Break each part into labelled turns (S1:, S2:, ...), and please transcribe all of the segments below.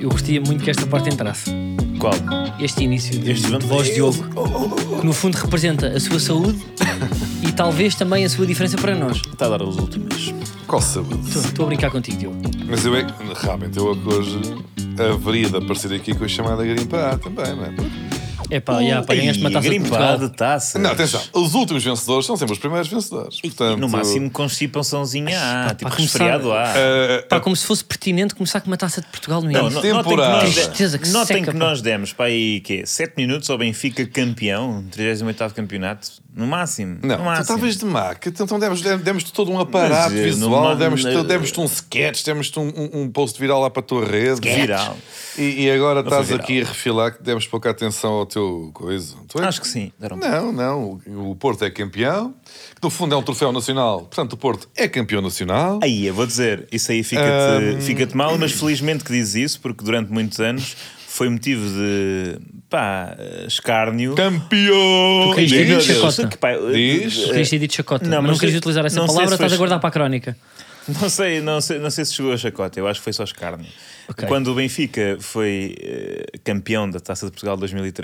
S1: eu gostaria muito que esta parte entrasse.
S2: Qual?
S1: Este início de,
S2: Este
S1: de voz de
S2: Deus.
S1: Diogo, que no fundo representa a sua saúde e talvez também a sua diferença para nós.
S2: Está a dar as últimas.
S3: Qual saúde?
S1: Estou- Estou a brincar contigo, Diogo.
S3: Mas eu é que, realmente, eu é que hoje haveria de aparecer aqui com a chamada grimpa A também, não é?
S1: É pá, já, pá, ganhaste uma taça de Portugal.
S2: Grimpado, taças.
S3: Não, atenção, os últimos vencedores são sempre os primeiros vencedores.
S2: E
S3: Portanto,
S2: no máximo constipaçãozinha A, tipo
S1: começar-
S2: resfriado A.
S3: eh,
S1: Pá, como se fosse pertinente começar com uma taça de Portugal no início.
S2: no-
S3: temporada.
S2: notem que nós-
S1: Tristeza que
S2: notem
S1: seca,
S2: que
S1: pá.
S2: nós demos para aí quê? 7 minutos ao Benfica campeão, 38 campeonato, no máximo.
S3: Não,
S2: no
S3: tu
S2: máximo.
S3: estavas de maca, então demos- demos-te todo um aparato
S2: Mas, eh,
S3: visual,
S2: numa-
S3: demos-te demos um sketch, demos-te um, um- um post viral lá para a tua rede.
S2: Viral.
S3: E, e agora
S2: foi
S3: estás
S2: viral.
S3: aqui a refilar que demos pouca atenção ao teu coisa. Tu é-
S2: Acho que sim. Deram
S3: Não, não, o- o Porto é campeão, que no fundo é um troféu nacional, portanto o Porto é campeão nacional.
S2: Aí, eu vou dizer, isso aí fica-te fica-te mal, mas felizmente que dizes isso, porque durante muitos anos foi motivo de pá, escárnio.
S3: Campeão!
S1: Tu querias
S3: Diz,
S1: ter dito
S2: Meu
S3: diz.
S1: chacota.
S2: Deus, que pá, eu-
S3: Diz.
S2: eh,
S1: Querias ter dito chacota, não, mas não
S2: mas
S1: querias
S2: eu-
S1: utilizar essa
S2: não sei se
S1: palavra,
S2: foi
S1: estás a
S2: cha-
S1: guardar para a crónica.
S2: Não sei, não sei, não sei se chegou a chacota, eu acho que foi só escárnio.
S1: Ok.
S2: Quando o Benfica foi eh, campeão da Taça de Portugal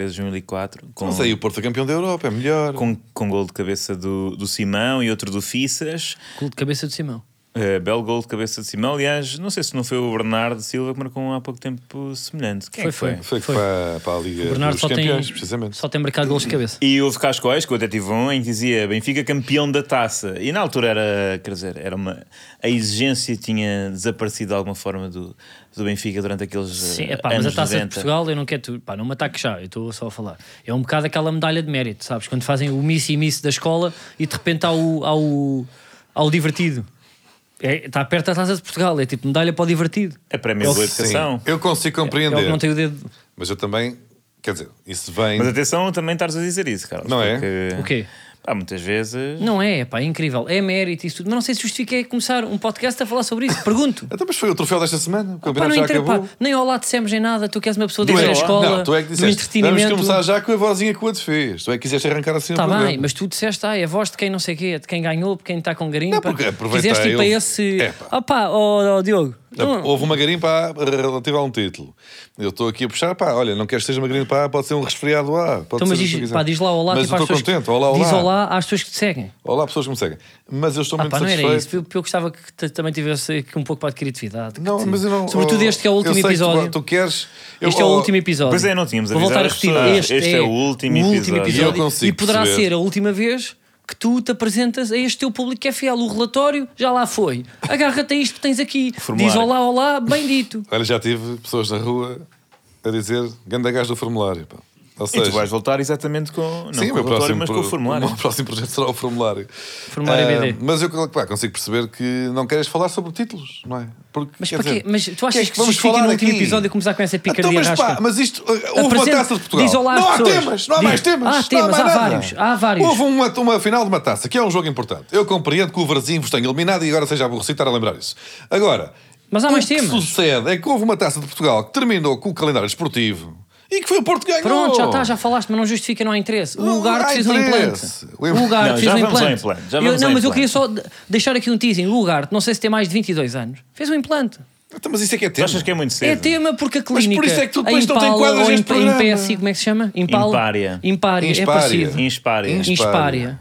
S2: 2013-2004, com,
S3: Mas aí o Porto é campeão da Europa, é melhor.
S2: com, com gol de cabeça do, do Simão e outro do Fissas,
S1: Culo de cabeça do Simão.
S2: eh, belo gol de cabeça de Simão. Aliás, não sei se não foi o Bernardo Silva que marcou um há pouco tempo semelhante. Quem é que
S1: Foi, foi.
S2: foi?
S3: Foi, Para, para a Liga
S1: Bernardo
S3: dos
S1: só tem,
S3: Campeões, precisamente.
S1: só tem marcado golos de cabeça.
S2: E houve cascóis, que eu até tive um, em que dizia Benfica campeão da taça. E na altura era, quer dizer, era uma, a exigência tinha desaparecido de alguma forma do, do Benfica durante aqueles
S1: Sim,
S2: eh,
S1: epá,
S2: anos
S1: mas a taça
S2: 90.
S1: de Portugal, eu não quero. tu- Pá, não me ataques já, eu estou só a falar. É um bocado aquela medalha de mérito, sabes? Quando fazem o miss e miss da escola e de repente há o, há o, há o divertido. Está perto da taça de Portugal, é tipo medalha para o divertido.
S2: É prémio
S1: É o
S2: de boa
S1: que-
S3: Sim,
S2: educação.
S3: eu consigo
S1: É o
S3: compreender.
S1: que não tem o dedo.
S3: Mas eu também, quer dizer, isso vem.
S2: Mas atenção também estás a dizer isso, Carlos.
S3: Não é?
S2: porque,
S1: O quê?
S2: Pá, muitas vezes...
S1: Não é, pá, é incrível. É mérito isso tudo. Mas não sei se justifica é começar um podcast a falar sobre isso. Pergunto.
S3: Até Então, mas foi o troféu desta semana, o
S1: Pá,
S3: campeonato
S1: não
S3: já
S1: interessa,
S3: acabou.
S1: pá, nem ao lado dissemos em nada. Tu queres uma pessoa
S3: Tu
S1: desde
S3: é-
S1: a escola,
S3: não, tu é que
S1: do
S3: disseste, vamos
S1: entretenimento.
S3: começar já com a vozinha que o outro fez. Tu é que quiseste arrancar assim
S1: Está
S3: o
S1: Tá bem,
S3: programa.
S1: mas tu disseste, ah, é a voz de quem não sei quê, de quem ganhou, de quem está com garimpa.
S3: Não, porque aproveitei,
S1: Fizeste tipo
S3: eu- É,
S1: esse.
S3: Epá.
S1: Ah pá, ó ó, Diogo. então, não-
S3: Houve uma garimpa A relativa a um título. Eu estou aqui a puxar, pá, olha, não queres que seja uma garimpa A, pode ser um resfriado A. Pode
S1: então, mas
S3: ser o que
S1: diz,
S3: quiser.
S1: pá, diz lá olá,
S3: Mas
S1: tipo,
S3: eu
S1: às
S3: estou
S1: pessoas que-
S3: contente, olá, olá.
S1: Diz olá às pessoas que te seguem.
S3: Olá, pessoas que me seguem. Mas eu estou
S1: Ah
S3: muito
S1: pá, não era
S3: satisfeito.
S1: isso. Eu, eu gostava que t- também tivesse aqui um pouco para adquirir atividade. que
S3: Não,
S1: te-
S3: mas eu não.
S1: Sobretudo
S3: oh,
S1: este que é o
S3: eu
S1: último
S3: sei que tu-
S1: episódio.
S3: Tu, queres. eu-
S1: Este é o
S3: oh,
S1: último episódio.
S2: Pois é, não tínhamos
S1: Vou
S2: avisado
S1: voltar a
S2: as
S1: repetir.
S2: pessoas.
S1: Este,
S2: Este
S1: é,
S2: é o último episódio.
S3: E eu consigo
S1: E poderá
S3: perceber.
S1: ser a última vez que tu te apresentas a este teu público que é fiel. O relatório já lá foi. Agarra-te a isto que tens aqui. Diz
S2: Formulário.
S1: olá, olá, bem dito.
S3: Olha, já tive pessoas na rua a dizer ganda gajo do formulário. Pá. Ou
S2: E
S3: seja,
S2: tu vais voltar exatamente com... Não
S3: sim,
S2: com
S3: o meu
S2: o relatório,
S3: próximo,
S2: mas com o
S3: pro-
S2: formulário.
S3: o meu próximo projeto será o formulário.
S1: Formulário
S3: Ah,
S1: BD.
S3: Mas eu pá, consigo perceber que não queres falar sobre títulos, não é? Porque,
S1: Mas,
S3: quer
S1: para quê?
S3: dizer,
S1: mas tu
S3: o
S1: achas
S3: é
S1: que, se justifica no último episódio começar com essa picardia
S3: então, mas, pá,
S1: rasca?
S3: mas isto. ah, Houve uma
S1: Apresenta-
S3: taça de Portugal.
S1: diz olá às
S3: não há
S1: pessoas.
S3: temas, não há
S1: Diz-
S3: mais temas.
S1: Há
S3: não
S1: temas,
S3: mais
S1: há
S3: nada.
S1: vários, há vários.
S3: Houve uma, uma final de uma taça, que é um jogo importante. Eu compreendo que o Varzim vos tenha eliminado e agora seja aborrecido estar a lembrar isso. Agora,
S1: Mas há
S3: o
S1: mais
S3: que
S1: temas.
S3: sucede é que houve uma taça de Portugal que terminou com o calendário desportivo e que foi o Porto que ganhou.
S1: Pronto, já está, já falaste, mas não justifica, não há interesse. O
S3: Não
S1: lugar
S3: há
S1: que fez um implante.
S3: interesse.
S1: O lugar
S2: Não,
S1: que
S2: já
S1: fez um
S2: vamos ao
S1: implante.
S2: implante, já
S1: Eu-
S2: vamos
S1: não,
S2: ao
S1: mas eu queria
S2: implante.
S1: só de- deixar aqui um teasing. O lugar, não sei se tem mais de 22 anos, fez um implante.
S3: Então, mas isso é que é
S2: Tu
S3: tema.
S2: achas que é muito cedo?
S1: É tema porque a
S3: Mas
S1: clínica.
S3: por isso é que tu
S1: a
S3: depois não tem
S1: Impala
S3: quadras
S1: ou
S3: neste
S1: Imp-
S3: programa.
S1: IMPSI, como é que se chama? Impala?
S2: Impária.
S1: Impária, é
S3: Inspária.
S1: parecido.
S2: Inspária.
S3: Ins-
S1: Inspária.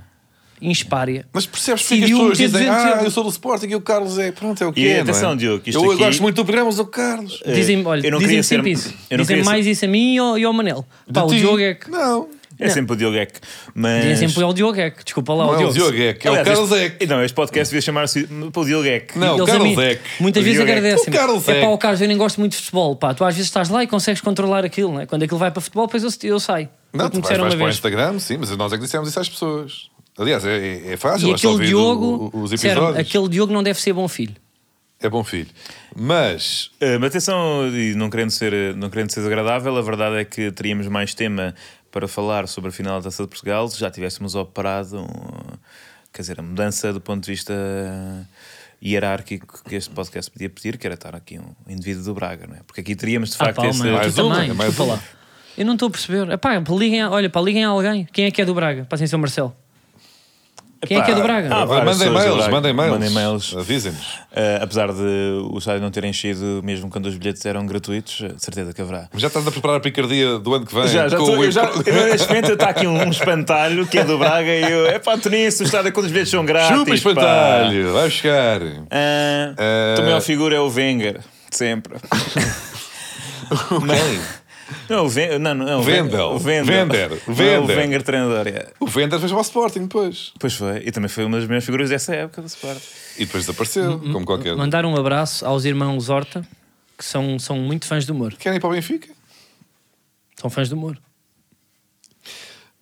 S1: Inspária.
S3: Mas percebes porque as
S1: Decidiu
S3: pessoas
S1: meter
S3: dizem
S1: 200
S3: Ah, eu sou do Sporting e o Carlos é Pronto, é o que
S2: E
S3: é,
S2: atenção,
S3: não é?
S2: Diogo, que isto
S3: Eu
S2: aqui- É.
S3: gosto muito do programa, mas é o Carlos
S1: Dizem, olha,
S2: Eh, eu não
S1: dizem
S2: queria ser-
S1: sempre isso.
S2: eu não
S1: Dizem
S2: queria ser-
S1: mais isso a mim e ao, e ao Manel. Pá, o
S3: De ti?
S1: Diogo é que.
S3: Não,
S2: É sempre o Diogo é que- Mas...
S1: Dizem sempre ao Diogo é que. Desculpa lá,
S3: não
S1: o
S3: é o
S1: Diogo.
S3: Diogo é que é o
S2: Aliás,
S3: Carlos é
S2: este-
S3: que
S2: Não, este podcast devia chamar-se para o Diogo é que.
S3: Não, o
S1: Eles a
S3: Carlos
S1: mim,
S3: é que-
S1: Muitas
S2: o
S1: vezes
S2: Diogo é que-
S1: agradecem.
S3: O Carlos é
S1: É pá,
S3: que-
S1: o Carlos, eu nem gosto muito de futebol. Pá, tu às vezes estás lá e consegues controlar aquilo, não é? Quando aquilo vai para futebol, depois eu, eu saio.
S3: Não, tu
S1: Porque me
S3: vais,
S1: disseram
S3: vais
S1: uma
S3: para o
S1: vez.
S3: Instagram, sim, mas nós é que dissemos isso às pessoas Aliás, é, é- é fácil,
S1: E
S3: basta
S1: aquele
S3: ouvir
S1: Diogo,
S3: o- o- os
S1: disseram,
S3: episódios
S1: aquele Diogo não deve ser bom filho.
S3: É bom filho Mas,
S2: Eh, mas atenção, e não querendo, ser, não querendo ser desagradável, a verdade é que teríamos mais tema para falar sobre a final da Taça de Portugal se já tivéssemos operado, um, quer dizer, a mudança do ponto de vista hierárquico que este podcast podia pedir, que era estar aqui um indivíduo do Braga, não é? Porque aqui teríamos de
S1: Ah,
S2: facto
S1: pá,
S2: esse...
S1: mano,
S3: mais
S1: tu
S3: uma,
S1: também.
S3: é mais
S1: Desculpa
S3: uma.
S1: lá. Eu não estou a perceber. Epá, liguem, a- olha, pá, liguem a alguém. Quem é que é do Braga? Passem seu Marcelo. assim, Quem é que é do Braga?
S2: Ah, várias
S3: Mandem
S2: pessoas do
S3: mails,
S2: Braga.
S3: mandem mails.
S2: Mandem mails.
S3: Avisem-nos.
S1: tá-
S2: Eh, apesar de o estádio não ter enchido, mesmo quando os bilhetes eram gratuitos, eh, de certeza que haverá.
S3: Já estás a preparar a picardia do ano que vem.
S2: Já, já
S3: com
S2: estou.
S3: o-
S2: eu Já, eu, neste momento está aqui um espantalho que é do Braga e eu. É pá, Tunísio, o estádio quando os bilhetes são grátis.
S3: Chupa
S2: pá."
S3: espantalho, vai chegar.
S2: Ah,
S3: Ah.
S2: Também a figura é o Wenger, de sempre. Mas- Não, o Ven- não, não, é o Ven-
S3: Wendel.
S2: o Wendel.
S3: Wender,
S2: Não, é o
S3: Wender.
S2: Wenger treinador. é.
S3: O Vendas fez para o Sporting depois.
S2: Pois foi, e também foi uma das minhas figuras dessa época do Sport.
S3: E depois desapareceu, como qualquer.
S1: Mandar um abraço aos irmãos Horta, que são, são muito fãs do humor.
S3: Querem ir para o Benfica?
S1: São fãs do humor.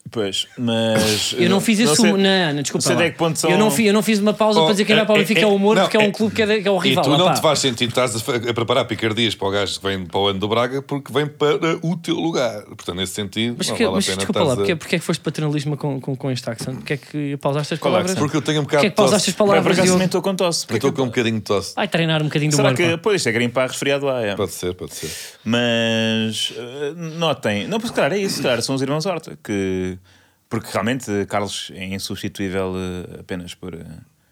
S2: Pois, mas. eh,
S1: Eu não fiz hum- isso.
S2: sei-
S1: Não, não, desculpa.
S2: sei até
S1: lá.
S2: que ponto são-
S1: eu, não fi- eu não fiz uma pausa
S3: Oh,
S1: para dizer que
S2: é-
S1: era para o
S2: é-
S1: Benfica
S2: é-
S1: é o humor,
S3: não,
S1: porque é
S3: é-
S1: um clube que é, que é o rival.
S3: e tu não
S1: opá.
S3: te vais sentir, estás a, fa- a preparar picardias para o gajo que vem para o ano do Braga porque vem para o teu lugar. Portanto, nesse sentido,
S1: Mas,
S3: não
S1: que-
S3: vale
S1: mas
S3: a pena
S1: desculpa
S3: estás
S1: lá,
S3: a-
S1: porque, porque é que foste paternalismo com, com, com este accent? Porque é que pausaste as
S2: Qual
S1: palavras?
S2: accent?
S3: Porque eu tenho um bocado
S1: Porque é
S3: de
S1: que
S3: tosse.
S1: pausaste as
S2: Não, por
S1: palavras?
S2: acaso
S1: Diogo?
S2: também estou com tosse.
S3: Eu
S2: Porque
S3: estou
S2: é que-
S3: com um bocadinho de tosse.
S1: Ai, treinar um bocadinho do
S2: Será
S1: humor.
S2: que.
S1: pá.
S2: Pois, isto é grimpar, resfriado lá, é.
S3: Pode ser, pode ser.
S2: Mas eh, notem, não, porque claro, é isso, claro, são os irmãos Horta, que porque realmente eh, Carlos é insubstituível eh, apenas por. eh,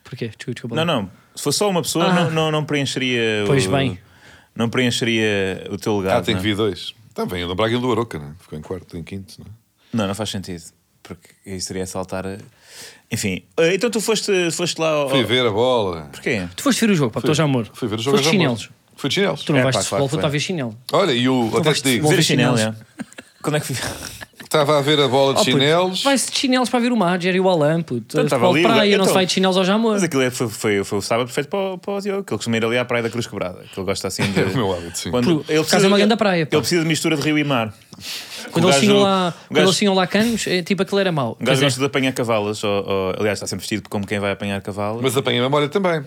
S1: Porquê? Desculpa, desculpa.
S2: Não, não, se fosse só uma pessoa,
S1: Ah.
S2: não, não, não preencheria. o-
S1: Pois bem.
S2: Não preencheria o teu
S1: Tá
S2: lugar.
S3: Ah, tem
S2: não.
S3: que
S2: é?
S3: vir dois. Também, o do Braga e o do Aroca, né? Ficou em quarto, em quinto, não é?
S2: não, não faz sentido, porque isso seria saltar. eh, Enfim, Eh, então tu foste, foste lá.
S1: Oh.
S2: ao-
S3: Fui ver a bola.
S2: Porquê?
S1: Tu foste ver o jogo, pá, estou já amor.
S3: Fui ver o jogo
S1: Foste
S3: a Jamor.
S1: chinelos.
S3: Fui de chinelos.
S1: Tu não
S2: É,
S1: vais
S2: pá,
S1: de
S2: claro
S1: futebol, tu
S2: que foi.
S1: estás a ver chinelo.
S3: Olha, e o. Até
S1: vais
S3: te digo,
S1: Vou
S2: Ver
S1: ver
S2: a chinela.
S1: chinelos.
S2: é. Quando é que fui?
S3: estava a ver a bola de
S1: Oh, puto,
S3: chinelos.
S1: Vai-se de chinelos para ver o Madger e o Alan, puto.
S2: Então, estava
S1: Futebol de
S2: ali,
S1: praia, não
S2: então.
S1: se vai de chinelos ao Jamor.
S2: Mas aquilo é- foi, foi, foi o sábado perfeito para o, para o Diogo, que ele costuma ir ali à Praia da Cruz Quebrada, que ele gosta assim de.
S3: É o meu hábito, sim.
S2: Quando-
S1: Por- por causa de uma grande praia, pá.
S2: Ele precisa de mistura de rio e mar.
S1: Quando
S2: O
S1: eles
S2: um gajo-
S1: tinham lá,
S2: o
S1: quando
S2: gajo-
S1: eles tinham lá canos, é, tipo aquele era mau.
S2: O
S1: Quer
S2: gajo
S1: dizer,
S2: gosta de apanhar cavalas, ou- ou- aliás, está sempre vestido como quem vai apanhar cavalas.
S3: Mas apanhei a memória também.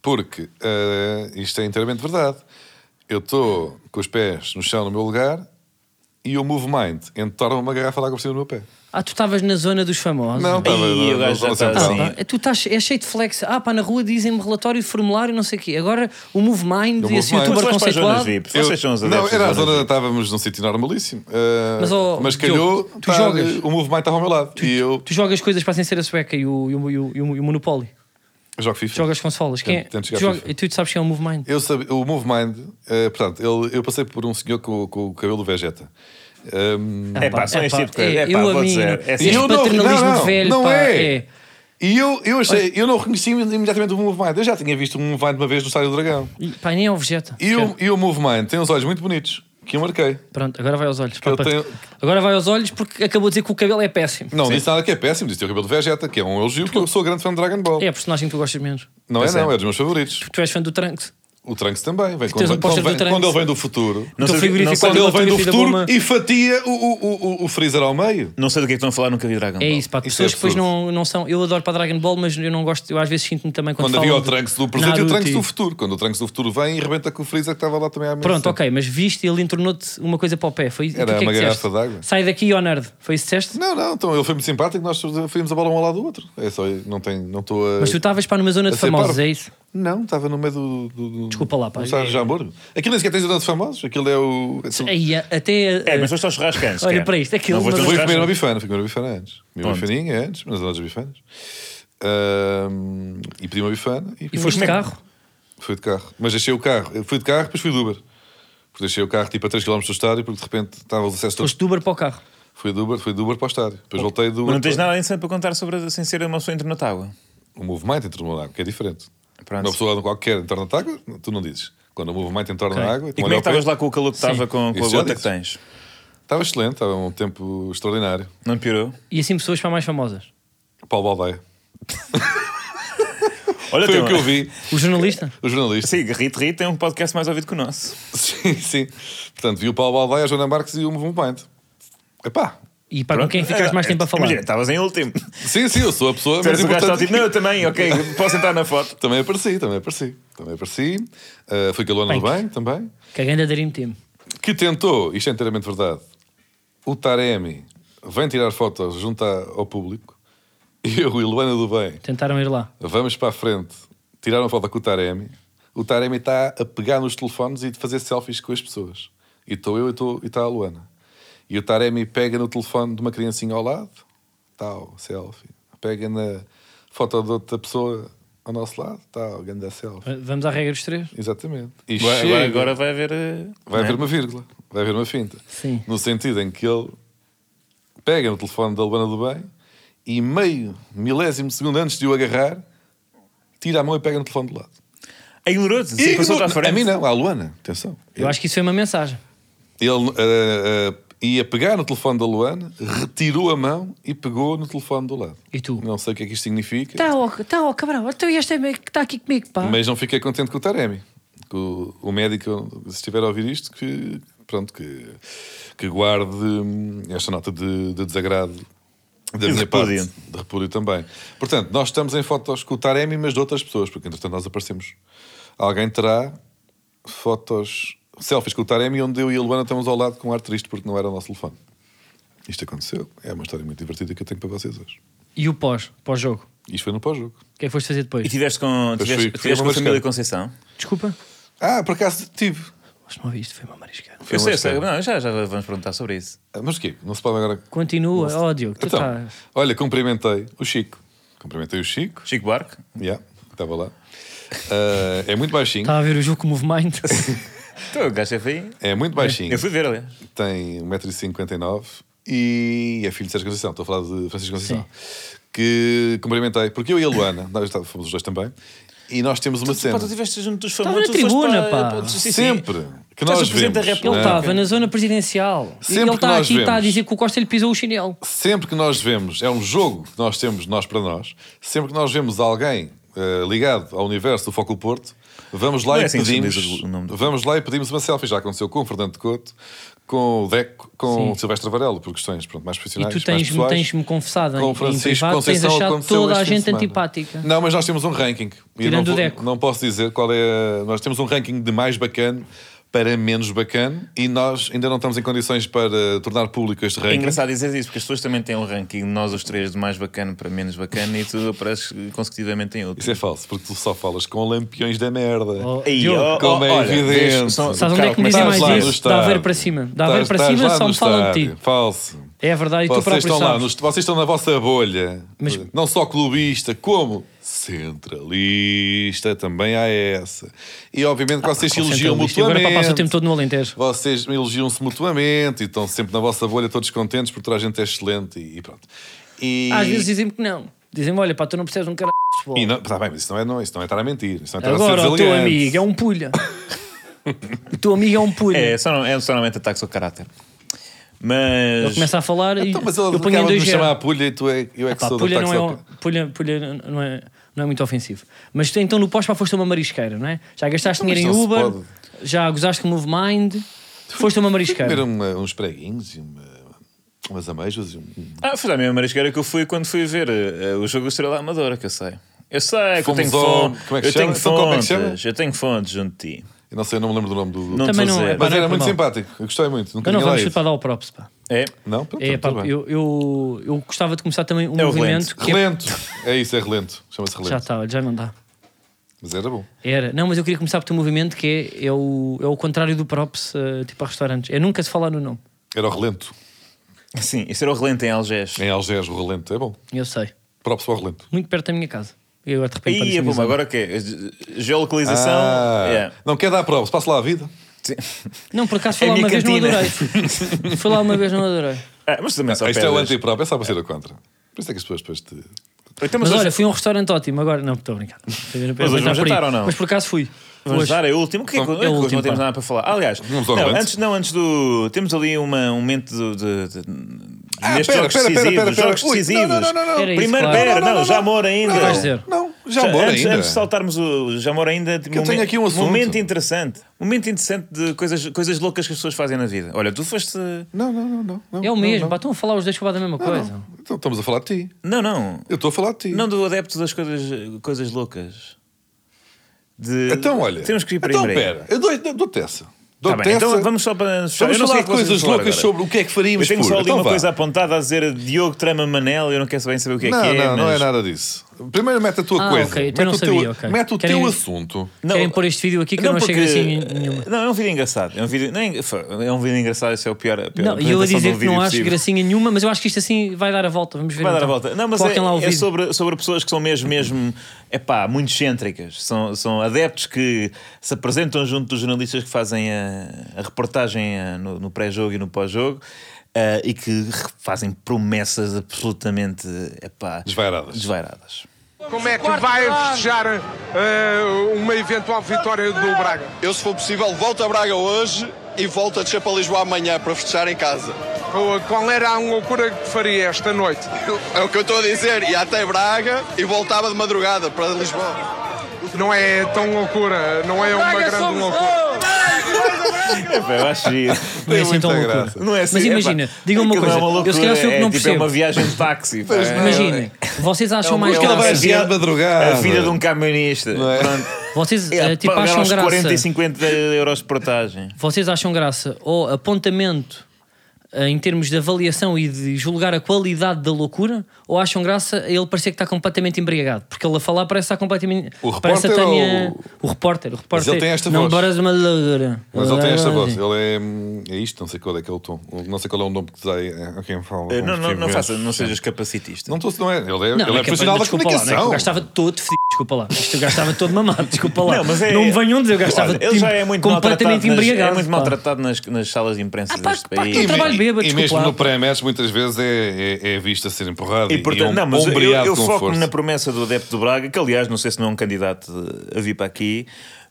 S3: Porque eh, isto é inteiramente verdade. Eu estou com os pés no chão no meu lugar e o Movement entorna uma garrafa lá por cima do meu pé.
S1: Ah, tu estavas na zona dos famosos.
S3: Não, estava
S2: Aí,
S3: na-
S2: o
S3: na
S2: gajo já
S3: zona
S2: está
S3: central.
S2: assim.
S1: Ah, pá, tu estás é cheio de flex. Ah, pá, na rua dizem-me relatório, formulário, não sei o quê. Agora o MoveMind
S3: O
S1: e
S3: Movemind.
S1: esse
S2: Mas
S1: youtuber
S2: vais para as
S1: conceituado.
S2: zonas VIP.
S3: Eu-
S2: Vocês são os
S3: não,
S2: adeptos
S3: era a
S2: das zonas
S3: zona,
S2: VIP.
S3: estávamos num sítio normalíssimo. Eh,
S1: Mas, ó,
S3: mas calhou,
S1: Diogo, tu
S3: estar-
S1: jogas?
S3: o Movement estava ao meu lado. e eu,
S1: Tu jogas coisas para a censura sueca e o, e o, e o, e o- e o Monopoly.
S3: eu jogo FIFA.
S1: Jogas consolas. Quem é?
S3: Tento- tento
S1: Tu,
S3: jogar
S1: joga-
S3: FIFA.
S1: e tu sabes quem é o MoveMind?
S3: Eu sabia, o Movemind, eh, portanto, ele- eu passei por um senhor com, com o cabelo do Vegeta. Ehm,
S2: É pá, são este tipo de coisa. É pá,
S1: eu
S2: vou
S1: a mim,
S2: dizer. É
S1: este
S2: assim.
S3: Eu não-
S1: paternalismo
S3: não, não,
S1: de velho,
S3: não
S1: pá,
S3: é.
S1: é.
S3: E eu, eu achei, eu não reconheci imediatamente o Movemind. Eu já tinha visto o Movemind uma vez no Estádio do Dragão.
S1: E, Pá, nem é o Vegeta.
S3: E o, e o Movemind tem uns olhos muito bonitos, que eu marquei.
S1: Pronto, agora vai aos olhos.
S3: eu
S1: pá, pá.
S3: tenho-
S1: Agora vai aos olhos porque acabou de dizer que o cabelo é péssimo.
S3: Não disse nada que é péssimo, disse o cabelo de Vegeta, que é um elogio, porque eu sou grande fã de Dragon Ball.
S1: É a personagem que tu gostas menos.
S3: Não é,
S2: Pois é.
S3: não, é dos meus favoritos.
S1: Tu és fã do Trunks.
S3: O Trunks também. Vem
S1: tens
S3: quando,
S1: um
S3: quando,
S1: póster do
S3: vem-
S1: Trunks.
S3: quando ele vem do futuro.
S2: Não
S1: Então o teu
S2: sei-
S1: frigorífico é
S2: não sei-
S3: Quando
S1: olha
S3: ele
S1: uma
S3: vem do
S1: fotografia da
S3: futuro
S1: Bulma.
S3: e fatia o, o, o, o Freezer ao meio.
S2: Não sei do que é que estão a falar, nunca vi Dragon Ball.
S1: É isso, pá.
S3: Isso é
S1: Pessoas que depois
S3: absurdo.
S1: não, não são. Eu adoro para Dragon Ball, mas eu não gosto. Eu às vezes sinto-me também quando
S3: Quando havia o
S1: falam de
S3: Trunks do presente e o
S1: Naruto
S3: Trunks do futuro. Quando o Trunks do futuro vem e rebenta com o Freezer que estava lá também à mesa.
S1: Pronto, ok, mas viste e ele entornou-te uma coisa para o pé. Foi, e tu
S3: Era
S1: o que é
S3: uma
S1: que
S3: garrafa
S1: disseste?
S3: d'água.
S1: Sai daqui, ó nerd. Foi isso que disseste?
S3: Não, não, então ele foi muito simpático, nós fomos a bola um ao lado do outro. É só, não tem, não estou a.
S1: Mas tu estavas para numa zona de
S3: a ser
S1: famosos,
S3: parvo.
S1: é isso?
S3: Não, estava no meio do. do, do
S1: Desculpa lá, pá.
S3: do Sá de Jamborgo. Aquilo nem sequer tens o dono de famosos, aquilo é o. é tu-
S1: Aí, até.
S2: É,
S1: eh,
S2: mas foste aos churrascantes.
S1: Olha para isto, aquilo-
S2: Não, foste aos
S3: Fui comer uma
S2: churrascantes.
S3: bifana, fui comer uma bifana antes. Comi uma
S2: Onde?
S3: bifaninha antes, mas não das bifanas. Ahm, e pedi uma bifana e,
S1: e foste de
S2: mesmo.
S1: carro?
S3: fui de carro. Mas deixei o carro, eu fui de carro, depois fui de Uber. Porque deixei o carro tipo a 3 km do estádio, porque de repente estava os acessos todos.
S1: Foste de Uber para o carro.
S3: Fui de Uber, fui de Uber para o estádio. Depois voltei do
S2: Mas
S3: Uber.
S2: não tens
S3: para-
S2: nada interessante para contar sobre a- sem ser uma pessoa entre na tábua.
S3: O movimento entra no lago, que é diferente.
S2: Pronto.
S3: Uma pessoa qualquer entorna na água, tu não dizes. Quando o movimento entorna na água,
S2: E como é que estavas lá com o calor que estava com, com a
S3: Isso já
S2: gota que
S3: disse.
S2: tens?
S3: Estava excelente, estava um tempo extraordinário.
S2: Não piorou?
S1: E assim pessoas para mais famosas.
S3: Paulo Baldeia.
S2: Olha,
S3: Foi
S2: tem
S3: o
S2: uma-
S3: que eu vi,
S1: O jornalista?
S3: o jornalista.
S2: Sim, Rita Rita é um podcast mais ouvido que o nosso.
S3: Sim, sim. Portanto, vi o Paulo Baldeia, a Joana Marques e o movimento. Epá.
S1: E para com quem ficaste
S3: É,
S1: mais tempo a falar?
S2: Imagina, estavas em último.
S3: Sim, sim, eu sou a pessoa.
S2: Tu
S3: Mas
S2: eras o gajo que estava
S3: é importante...
S2: tipo, não, eu também, ok, posso entrar na foto.
S3: Também apareci, também apareci. Também apareci. Ah, fui com a Luana
S1: Bem,
S3: do Bem, também.
S1: Cagando a Dream Team.
S3: Que tentou, isto é inteiramente verdade, o Taremi vem tirar fotos junto à- ao público. Eu e Luana do Bem
S1: Tentaram ir lá.
S3: Vamos para a frente. Tirar uma foto com o Taremi. O Taremi está a pegar nos telefones e de fazer selfies com as pessoas. E estou eu e estou- e está a Luana. E o Taremi pega no telefone de uma criancinha ao lado. Tal, selfie. Pega na Foto de outra pessoa ao nosso lado, está o grande selfie.
S1: Vamos à regra dos três?
S3: Exatamente. E
S2: Agora,
S3: chega-
S2: agora- agora vai haver. eh,
S3: vai
S2: não é?
S3: haver uma vírgula, vai haver uma finta.
S1: Né? Sim.
S3: No sentido em que ele pega no telefone da Luana do Bem e meio milésimo segundo antes de o agarrar, tira a mão e pega no telefone do lado.
S2: Ah, Ignorou-te, sim, passou-te à
S3: a
S2: frente.
S3: mim não, à Luana, atenção.
S1: Eu acho que isso foi uma mensagem.
S3: Ele ah, ah, ia pegar no telefone da Luana, retirou a mão e pegou no telefone do lado.
S1: E tu?
S3: Não sei o que é que isto significa,
S1: Tá, ó, tá, ó, cabrão. Então este é meio que está aqui comigo, pá.
S3: mas não fiquei contente com o Taremi. O, o médico, se estiver a ouvir isto, que, pronto, que, que guarde hum, esta nota de, de desagrado da
S2: E de
S3: minha
S2: repúdio.
S3: parte. De repúdio também. Portanto, nós estamos em fotos com o Taremi, mas de outras pessoas, porque entretanto nós aparecemos. Alguém terá fotos, selfies com o Taremi, onde eu e a Luana estamos ao lado com um ar triste porque não era o nosso telefone. Isto aconteceu. É uma história muito divertida que eu tenho para vocês hoje.
S1: E o pós, pós-jogo.
S3: Isto foi no pós-jogo.
S1: O que é que foste fazer
S2: E
S1: depois?
S2: tiveste com,
S3: Mas
S2: tiveste,
S3: fui- fui
S2: tiveste com a
S3: uma
S2: família
S3: mariscada.
S2: Conceição?
S1: Desculpa.
S3: Ah, por acaso tive.
S1: Mas não ouvi isto, foi uma mariscada.
S3: Foi
S2: Eu sei,
S3: uma
S2: eu sei.
S3: história.
S2: Não, já, já vamos perguntar sobre isso.
S3: Ah, Mas o quê? Não se pode agora
S1: Continua, ó Diogo, tu tá-
S3: Então,
S1: estás.
S3: olha, cumprimentei o Chico. Cumprimentei o Chico,
S2: Chico Barco?
S3: yeah, estava lá. Ah, é muito baixinho.
S1: Estava tá a ver o jogo com o Movimind.
S2: Então, o gajo é feio.
S3: É muito baixinho.
S2: Eu fui ver, aliás.
S3: Tem 1,59m e é filho de Sérgio Conceição. Estou a falar de Francisco Conceição. Que cumprimentei, porque eu e a Luana, nós estávamos- fomos os dois também, e nós temos
S1: Então
S3: uma
S2: Pá,
S3: cena.
S2: tu estiveste junto dos
S1: Estava
S2: famosos.
S1: Tá na
S2: tu foste
S1: tribuna,
S2: para-
S1: pá.
S2: para- sim, sim.
S3: Sempre que
S2: Estás
S3: nós
S2: o Presidente da
S3: vemos.
S1: Ele né?
S2: Não,
S1: estava
S2: ok.
S1: na zona presidencial. E
S3: É. Sempre
S1: ele
S3: que
S1: está
S3: nós
S1: aqui está a
S3: vemos.
S1: dizer que o Costa lhe pisou o chinelo.
S3: sempre que nós vemos, é um jogo que nós temos nós para nós, sempre que nós vemos alguém eh, ligado ao universo do Foco Porto, vamos lá
S2: Não é
S3: e
S2: assim que se
S3: pedimos,
S2: diz o nome do-
S3: vamos lá e pedimos uma selfie. Já aconteceu com o Fernando de Couto, com o Deco, com
S1: Sim.
S3: o Silvestre Varelo, por questões pronto, mais
S1: E
S3: profissionais,
S1: tu
S3: mais
S1: tens-me
S3: pessoais.
S1: tens confessado
S3: com
S1: em,
S3: o
S1: em
S3: Francisco
S1: privado, tens
S3: Conceição
S1: achado
S3: aconteceu
S1: toda a
S3: este fim de
S1: gente
S3: semana.
S1: antipática.
S3: Não, mas nós temos um ranking. E eu
S1: Tirando
S3: não,
S1: o
S3: vou-
S1: Deco.
S3: não posso dizer qual é. Nós temos um ranking de mais bacana para menos bacana e nós ainda não estamos em condições para tornar público este
S2: É
S3: ranking.
S2: engraçado dizer isso, porque as pessoas também têm um ranking, nós os três, de mais bacana para menos bacana, e tu apareces consecutivamente em outro.
S3: Isso é falso, porque tu só falas com lampiões da merda.
S1: Oh,
S2: Aí,
S1: Diogo,
S2: ó,
S3: Como é
S2: olha,
S3: evidente.
S2: vês, são-
S1: Sabes onde é que me
S2: Carlos,
S1: dizem
S2: mas
S1: mais
S2: estás lá
S1: isso?
S2: no
S1: Da Aveiro para cima. Da Aveiro para cima só me falam de ti.
S3: Falso.
S1: É verdade, e tu
S3: Vocês
S1: próprio
S3: estão, lá,
S1: sabes.
S3: nos- vocês estão na vossa bolha.
S1: Mas-
S3: Não só clubista, como centralista, também há essa. E obviamente que vocês se elogiam
S1: Ah, Centralista. E Agora
S3: mutuamente.
S1: pá, passa o tempo todo no Alentejo.
S3: Vocês elogiam-se mutuamente e estão sempre na vossa bolha, todos contentes, porque toda a gente é excelente e, e pronto. E,
S1: Às vezes dizem-me que não. Dizem-me, olha pá, tu não precisas de um caralho de futebol.
S3: e não, tá bem, mas isso não, é, não, isso não é estar a mentir. Isso não é estar a
S1: Agora
S3: ser
S1: o teu
S3: desaliante.
S1: amigo é um pulha. o teu amigo é um pulha.
S2: É, só, é somente ataques ao caráter. Mas.
S1: Ele começa a falar e
S3: Então, mas ele
S1: eu ponho em
S3: acaba de
S1: dois
S3: me chamar
S1: géneros.
S3: a pulha e tu é, eu é que
S1: Pá,
S3: sou
S1: pulha
S3: do
S1: não
S3: ataque
S1: é,
S3: ao-
S1: um- pulha, pulha não, é, não é muito ofensivo. Mas tu, então no pós para foste uma marisqueira, não é? Já gastaste
S3: Então, mas
S1: dinheiro em
S3: não se
S1: Uber,
S3: pode.
S1: já gozaste com o MoveMind, foste uma
S3: Comer
S1: marisqueira.
S3: uma- uns preguinhos e uma- umas ameixas e um...
S2: Ah, foi a mesma marisqueira que eu fui quando fui ver eh, o jogo Estrela Amadora, que eu sei. Eu sei, que eu
S3: Fomos
S2: tenho
S3: ao-
S2: fontes.
S3: como é que
S2: eu
S3: chama?
S2: tenho
S3: Então, como é que
S2: fontes.
S3: chama?
S2: Eu tenho fontes junto de ti.
S3: Eu não sei, não me lembro do nome do...
S2: Não te
S1: Também não,
S2: fazer.
S1: é pá,
S3: Mas era
S1: por
S3: muito
S1: mal.
S3: simpático, eu gostei muito. Nunca
S1: Então não
S3: tinha lá
S1: vamos
S3: ido.
S1: chutar dar o props, pá.
S2: É?
S3: Não, pronto,
S1: É,
S3: tá,
S1: pá,
S3: tudo bem.
S1: eu, eu, eu gostava de começar também um
S2: É o
S1: movimento que é-
S3: Relento, é isso, é relento. Chama-se relento.
S1: já está, já não dá.
S3: Mas era bom.
S1: Era. Não, mas eu queria começar por um movimento que é, é, o, é o contrário do props, eh, tipo a restaurantes. É nunca se falar no nome.
S3: Era o relento.
S2: Sim, isso era o relente em Algés.
S3: Em Algés, o relento é bom.
S1: Eu sei.
S3: Próprio ao relento.
S1: Muito perto da minha casa. Eu agora de repente
S2: Aí,
S1: pareço
S2: é
S1: um
S2: bom,
S1: exame.
S2: agora o quê? Ge- Geolocalização.
S3: Ah,
S2: é.
S3: Não quer dar provas, passa lá a vida.
S2: Sim.
S1: Não, por acaso foi
S2: É
S1: lá
S2: a minha
S1: uma vez não
S2: cantina.
S1: adorei. Foi lá uma vez não adorei.
S2: Ah, mas também só
S3: Ah, isto é o
S2: pedras.
S3: anti-próprio, é só para ser a contra. Por isso é que as pessoas depois te.
S2: Então,
S1: Mas,
S2: mas hoje-
S1: olha, fui a um restaurante ótimo. Agora, não, estou a brincar.
S2: Mas hoje vamos jantar ou não?
S1: Mas por acaso fui.
S2: Vamos
S1: Hoje.
S2: dar, é o último. O que é que,
S1: É o
S2: é que hoje
S1: último,
S2: não temos
S1: pá.
S2: nada para falar? Ah, aliás,
S3: Vamos ao
S2: não,
S3: relente.
S2: antes, não, antes do. Temos ali uma, um momento de. de, de
S3: Ah,
S2: destes
S3: pera,
S2: jogos
S3: pera, pera,
S2: decisivos.
S3: pera, pera.
S2: Jogos
S3: Ui,
S2: decisivos.
S3: não, não, não, não.
S1: Era isso,
S2: Primeiro,
S1: claro.
S2: pera,
S3: Não, não,
S2: não,
S3: não,
S2: já
S3: não.
S2: amor ainda.
S1: Não vais dizer.
S3: Não, já mora
S2: antes,
S3: ainda.
S2: antes de saltarmos o Jamor ainda, tipo,
S3: Que eu tenho aqui um assunto.
S2: momento interessante. Um Momento interessante de coisas, coisas loucas que as pessoas fazem na vida. Olha, tu foste.
S3: Não, não, não, não. não
S1: É o
S3: não,
S1: mesmo.
S3: não.
S1: pá, Estão a falar os dois falar da mesma
S3: Não,
S1: coisa.
S3: não. Então estamos a falar de ti.
S2: Não, não.
S3: Eu estou a falar de ti.
S2: Não do adepto das coisas, coisas loucas. De-
S3: Então, olha.
S2: Temos que ir para aí,
S3: Então,
S2: para aí.
S3: pera, eu dou-te dou dou-te essa.
S2: Tá
S3: Dou-te
S2: bem,
S3: essa.
S2: então vamos só para.
S3: Vamos falar de coisas loucas sobre o que é que faríamos
S2: Eu tenho
S3: por.
S2: só ali
S3: Então
S2: uma
S3: vá.
S2: coisa apontada a dizer Diogo Trama Manel, eu não quero bem saber o que é
S3: não,
S2: que é.
S3: não, não
S2: mas-
S3: é nada disso. Primeiro mete a tua
S1: Ah,
S3: coisa.
S1: ok, então
S3: mete,
S1: não
S3: o teu,
S1: sabia, ok.
S3: mete o
S1: Querem-
S3: teu assunto.
S1: Querem pôr este vídeo aqui que eu não chego assim em nenhuma.
S2: Não, é um vídeo engraçado. É um vídeo, não é, engra- é um vídeo engraçado, esse é o pior. A pior
S1: Não, e eu a
S2: apresentação de um
S1: dizer que
S2: vídeo
S1: não acho
S2: possível.
S1: gracinha nenhuma, mas eu acho que isto assim vai dar a volta. Vamos ver.
S2: Vai dar a
S1: então.
S2: volta. Não, mas
S1: Coloquem
S2: é,
S1: lá o
S2: é
S1: vídeo.
S2: sobre, sobre pessoas que são mesmo, mesmo epá, muito excêntricas. São, são adeptos que se apresentam junto dos jornalistas que fazem a, a reportagem ah, no, no pré-jogo e no pós-jogo. ah, e que re- fazem promessas absolutamente epá,
S3: Desvairadas.
S2: desvairadas.
S4: Como é que vai festejar eh, uma eventual vitória do Braga?
S5: Eu, se for possível, volto a Braga hoje e volto a descer para Lisboa amanhã para festejar em casa.
S4: Ou eh, Qual era a loucura que faria esta noite?
S5: É o que eu estou a dizer. Ia até Braga e voltava de madrugada para Lisboa.
S4: Não é tão loucura, não é uma grande loucura.
S2: Epá, eu acho giro.
S1: Não é assim
S3: muita
S1: tão loucura.
S3: graça.
S2: Não é assim,
S1: Mas
S2: epá,
S1: imagina, digam uma
S2: aquilo não
S1: coisa.
S2: é
S1: eu se calhar sou eu que
S2: é,
S1: não
S2: tipo, é uma
S1: percebo.
S2: viagem de táxi. pá. É-
S1: Imaginem, vocês acham mais
S2: é uma-
S3: vai
S1: graça.
S3: viajar de madrugada. é?
S2: A filha de um camionista. Pronto.
S1: Vocês eh,
S2: É,
S1: tipo,
S2: pagar
S3: um
S1: acham
S2: uns
S1: graça.
S2: 40 e 50 euros de portagem.
S1: Vocês acham graça ou apontamento eh, em termos de avaliação e de julgar a qualidade da loucura? Ou acham graça a ele parecer que está completamente embriagado? Porque ele a falar parece que está completamente.
S3: O
S1: parece
S3: repórter
S1: a
S3: ou
S1: Tânia- o... repórter. O repórter.
S3: ele tem esta
S1: não
S3: voz.
S1: paras uma loucura.
S3: Mas ele tem esta voz, ele é, hum, é isto, não sei qual é que é o tom, não sei qual é o nome que dá a quem fala.
S2: Eh, Não,
S3: vamos
S2: não,
S3: ver.
S2: não, faça, não sejas capacitista.
S3: Não estou, não é, ele é,
S1: Não,
S3: ele é,
S1: que-
S3: profissional da
S1: desculpa lá, não é que
S3: comunicação.
S1: eu
S2: tá-
S1: gastava todo fedido, desculpa lá. Isto eu gastava todo mamado, desculpa lá.
S2: Não, mas é-
S1: me venham dizer, eu gastava tipo
S2: Olha, ele já é muito
S1: completamente
S2: maltratado nas-
S1: embriagado.
S2: É muito
S1: pá.
S2: maltratado nas, nas salas de imprensa
S1: Ah, pá,
S2: deste
S1: que pá,
S2: país.
S1: que eu
S3: E me-
S1: trabalho bêbado,
S3: e
S1: desculpa
S3: mesmo
S1: lá.
S3: no pré-match muitas vezes é, é, é visto a ser empurrado e,
S2: E, portanto,
S3: um,
S2: não, mas eu,
S3: ombreado
S2: eu
S3: com
S2: foco-me
S3: força.
S2: na promessa do adepto do Braga, que aliás, não sei se não é um candidato de- a vir para aqui,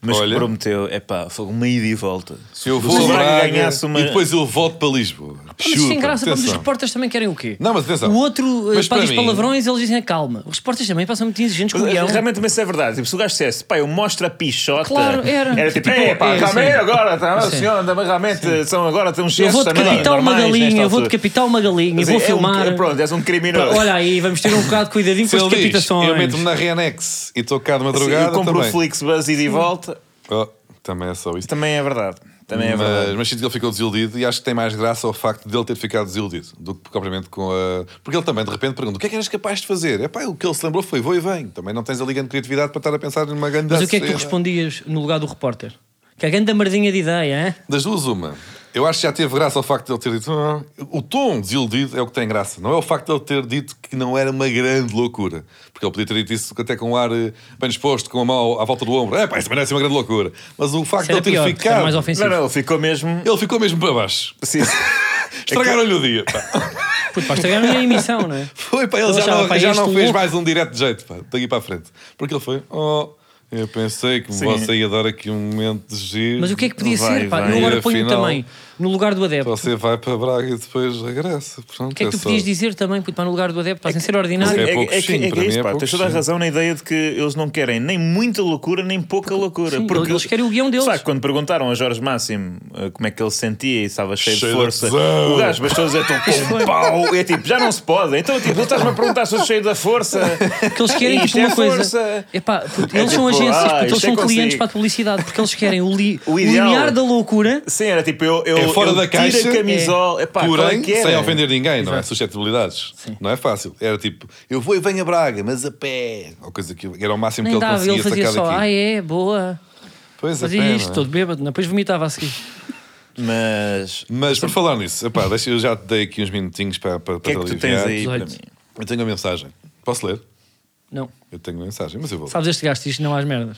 S2: mas
S3: Olha.
S2: que prometeu, é pá, foi uma ida e volta. Se
S3: Eu
S2: o
S3: vou a
S2: Braga
S3: Braga
S2: ganhasse uma-
S3: e depois eu volto para Lisboa.
S1: Mas isso tem graça, mas os
S3: atenção.
S1: repórteres também querem o quê?
S3: Não, mas atenção.
S1: O outro eh,
S3: Mas
S1: pá,
S3: para
S1: diz
S3: mim- eh,
S1: palavrões, eles dizem calma. Os repórteres também passam muito exigentes com o
S2: Mas,
S1: guião.
S2: Realmente, mas isso é verdade. Tipo, se o gajo dissesse, pá, eu mostro a pichota.
S1: Claro, era.
S2: Era tipo,
S1: Tipo,
S2: é, pá,
S1: é,
S2: calma aí
S1: sim.
S2: agora, tá,
S1: Sim.
S2: senhor, também realmente são agora, tem uns
S1: Eu vou
S2: gestos
S3: é
S2: também
S1: decapitar uma
S3: né,
S2: normais nesta
S1: galinha, eu vou
S2: altura.
S1: decapitar uma galinha,
S2: Mas
S1: vou
S2: é um-
S1: filmar.
S2: é, pronto, és um criminoso.
S1: Pá, Olha aí, vamos ter um bocado de cuidadinho
S3: Se
S1: com as
S3: ele diz,
S1: decapitações.
S3: é eu meto-me na Renex e estou cá de
S2: Sim,
S3: madrugada
S2: Assim, eu compro o
S3: também.
S2: Flixbus e de volta.
S3: Oh, também é só isso.
S2: Também é verdade. Também é
S3: mas,
S2: verdade.
S3: mas sinto que ele ficou desiludido e acho que tem mais graça ao facto de ele ter ficado desiludido do que propriamente com a. Porque ele também de repente pergunta: o que é que eras capaz de fazer? É pá, o que ele se lembrou foi: vou e venho. Também não tens a liga de criatividade para estar a pensar numa grande
S1: Mas o que é que tu
S3: cena.
S1: respondias no lugar do repórter? Que é a grande merdinha de ideia, hein?
S3: Das duas, uma. Eu acho que já teve graça ao facto de ele ter dito. "Ah." O tom desiludido é o que tem graça. Não é o facto de ele ter dito que não era uma grande loucura. Porque ele podia ter dito isso até com um ar eh, bem disposto, com a mão à volta do ombro. É pá, isso merece uma grande loucura. Mas o facto
S1: Isso
S3: de ele
S1: era
S3: ter
S1: pior, era
S3: ficado.
S1: mais ofensivo.
S2: Não, não, ele ficou mesmo.
S3: Ele ficou mesmo para baixo.
S2: Sim.
S3: É Estragaram-lhe o dia. pá.
S1: Puto, pá, estragaram a minha emissão, não é?
S3: Foi para ele,
S1: Ele
S3: já
S1: achava,
S3: não,
S1: pá,
S3: já
S1: este
S3: não fez
S1: louco.
S3: mais um direto de jeito, pá, daqui para a frente. Porque ele foi, oh, eu pensei que
S2: Sim.
S3: você ia dar aqui um momento de giro.
S1: Mas o que é que podia
S2: Vai,
S1: ser? Pá?
S2: vai.
S1: eu agora
S3: E
S1: ponho
S3: afinal-
S1: também no lugar do adepto.
S3: Você vai para Braga e depois regressa. Pronto,
S1: O que é que tu podias dizer também, puto, pá, no lugar do adepto? Pá, sem ser
S2: Mas
S1: ordinário.
S3: é pouco
S2: Ah, que-
S3: sim, para mim é
S2: pá,
S3: pouco
S2: Tens toda a
S3: sim.
S2: razão na ideia de que eles não querem nem muita loucura, nem pouca loucura.
S1: Sim, eles querem o guião deles.
S2: Sabe, quando perguntaram a Jorge Máximo eh, como é que ele se sentia e estava cheio,
S3: Cheio
S2: de
S3: de
S2: força,
S3: tesão.
S2: o gajo bastou dizer "Estou com um pau. E é tipo, já não se pode. Então, tipo, tu estás-me a perguntar se eu sou cheio da força.
S1: Porque eles querem
S2: Isto
S1: tipo
S2: é
S1: uma coisa.
S2: força.
S1: Epá, puto, eles
S2: É
S1: são
S2: tipo,
S1: agências,
S2: ah,
S1: puto,
S2: isto
S1: eles
S2: é
S1: são clientes
S2: consigo.
S1: para a publicidade, porque eles querem o, li,
S2: O
S1: o
S2: ideal.
S1: linear da loucura.
S2: Sim, era tipo, eu. eu
S3: É fora
S2: eu
S3: da
S2: tiro
S3: caixa,
S2: a camisola. Epá, qual é
S3: Porém,
S2: que era?
S3: sem ofender ninguém, não é? Suscetibilidades. Não é fácil. Era tipo, eu vou e venho a Braga, mas a pé. Ou coisa que era o máximo
S1: Nem
S3: que ele
S1: dava,
S3: conseguia
S1: ele fazia
S3: sacar
S1: só,
S3: daqui.
S1: ah é, boa.
S3: pois a pé,
S1: Fazia isto,
S3: não é?
S1: todo bêbado, não, depois vomitava a seguir.
S2: Mas.
S3: Mas por falar nisso, epá, deixa, eu já te dei aqui uns minutinhos para, para,
S2: O que é
S3: para
S2: que tu tens
S3: aliviar.
S2: aí para
S1: 18.
S2: mim?
S3: Eu tenho uma mensagem. Posso ler?
S1: Não,
S3: Eu tenho uma mensagem, mas eu vou. ler.
S1: sabes este gasto, isto não às merdas.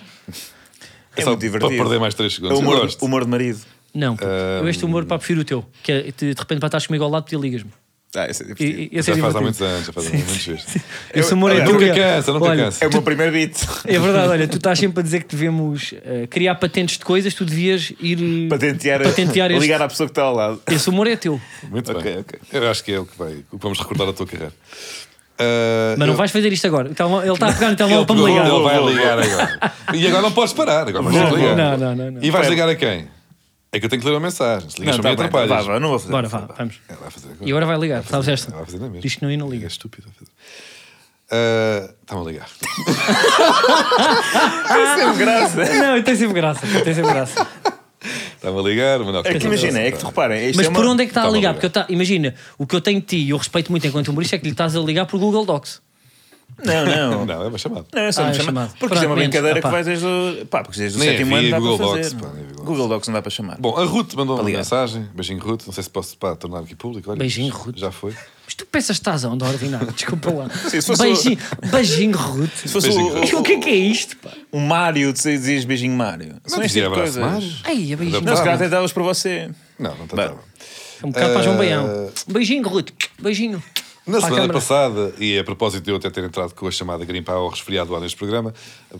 S2: É,
S3: só
S2: muito divertido.
S3: para perder mais três segundos.
S2: É
S3: Eu
S2: Humor,
S3: gosto.
S2: humor de marido.
S1: Não, puto, eu este humor para prefiro o teu, que é, de, de repente para estás comigo ao lado e ligas-me.
S2: Ah, esse é divertido.
S1: E- e- Esse é
S3: já faz há
S1: divertido.
S3: muitos anos, já faz há muitos anos.
S1: Esse humor é
S3: Olha,
S1: duro.
S3: nunca cansa, nunca
S1: Olha,
S3: cansa.
S2: É o meu primeiro beat.
S1: É verdade, olha, tu estás sempre a dizer que devemos eh, criar patentes de coisas, tu devias ir eh,
S2: Patentear,
S1: patentear este.
S2: ligar à pessoa que está ao lado.
S1: Esse humor é teu.
S3: Muito
S2: Ok,
S3: bem.
S2: ok.
S3: Eu acho que é o que vai. O que vamos recordar a tua carreira. Ah,
S1: Mas não
S3: eu-
S1: vais fazer isto agora. Então, ele está a pegar no
S3: Ele,
S1: telemóvel para me
S3: pegou,
S1: ligar.
S3: ele vai
S2: Vou, vou,
S3: ligar agora. E agora não podes parar. Agora vais ter que
S2: vou.
S3: ligar.
S1: Não, não, não, não.
S3: E vais ligar a quem? É que eu tenho que ler uma mensagem. Se ligas
S2: Não,
S3: para mim,
S2: tá bem, vá,
S3: atrapalhas.
S2: vá, não vou fazer.
S1: Bora, vá, vamos.
S3: Ela vai fazer agora.
S1: E agora vai ligar, sabes esta?
S2: Ah,
S3: Ela vai fazer na mesma.
S1: Diz que não e não liga.
S3: É estúpido. vai fazer. Ah, Está-me a ligar.
S2: Sem graça.
S1: Não, tem sempre graça, tem sempre graça.
S3: Está-me a ligar. Mas não,
S2: É que imagina, é que tu reparem. isto
S1: Mas
S2: é uma-
S1: por onde é que está a
S3: Tá bom,
S1: ligar?
S3: obrigado.
S1: Porque eu tá- imagina, o que eu tenho de ti e eu respeito muito enquanto humorista é que lhe estás a ligar por Google Docs.
S2: Não, não. não.
S3: Não, é uma chamada.
S2: é só
S1: Ah,
S2: me
S1: é
S2: chamar.
S1: chamado.
S2: Porque
S1: Pronto,
S2: isto é uma
S1: menos.
S2: brincadeira
S1: Ah, pá.
S2: que vais desde o, pá, porque desde o
S3: Nem
S2: sétimo ano
S3: havia
S2: dá
S3: Google
S2: para
S3: Docs,
S2: fazer.
S3: pá, nem havia Google
S2: Google Docs não dá para chamar.
S3: Bom, a Ruth mandou uma
S2: Aliás.
S3: mensagem. Beijinho, Ruth. Não sei se posso pá, tornar aqui público. Olha,
S1: Beijinho, Ruth.
S3: Já foi.
S1: Mas tu pensas que estás onde, ordinário? Desculpa lá.
S2: Sim, se fosse o-
S1: beijinho, beijinho, Ruth.
S2: Se fosse
S3: Beijinho,
S2: o,
S1: O que é que é isto, pá?
S2: o Mário, tu dizias beijinho Mário. São este
S3: dizia
S2: tipo de
S3: abraço, mas...
S2: coisas.
S1: Ai, é beijinho.
S2: Não, se calhar
S3: Claro.
S2: até davas para você.
S3: Não, não tratava.
S1: É um bocado para João
S3: Eh,
S1: Baião. Beijinho, Ruth. Beijinho.
S3: Na
S1: Para a
S3: semana
S1: câmara.
S3: passada, e a propósito de eu até ter entrado com a chamada garimpa ao resfriado lá neste programa,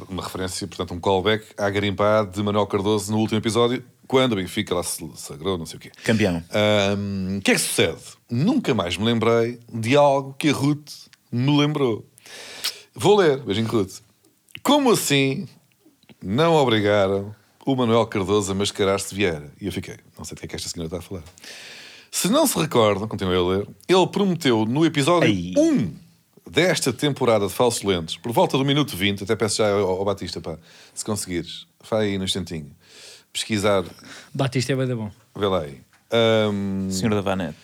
S3: uma referência, portanto, um callback à garimpa de Manuel Cardoso no último episódio, quando o Benfica lá se sagrou, não sei o quê.
S2: Campeão.
S3: Ahm, O que é que sucede? Nunca mais me lembrei de algo que a Ruth me lembrou. Vou ler, beijinho Ruth. Como assim não obrigaram o Manuel Cardoso a mascarar-se de Vieira? E eu fiquei, não sei do que é que esta senhora está a falar. Se não se recordam, continuei a ler, ele prometeu no episódio
S2: Ai.
S3: 1 desta temporada de Falsos Lentes, por volta do minuto 20, até peço já ao, ao Batista, pá, se conseguires, vai aí no instantinho, pesquisar,
S1: Batista é bem da bom.
S3: vê lá aí. Ahm,
S2: Senhor da Vanette.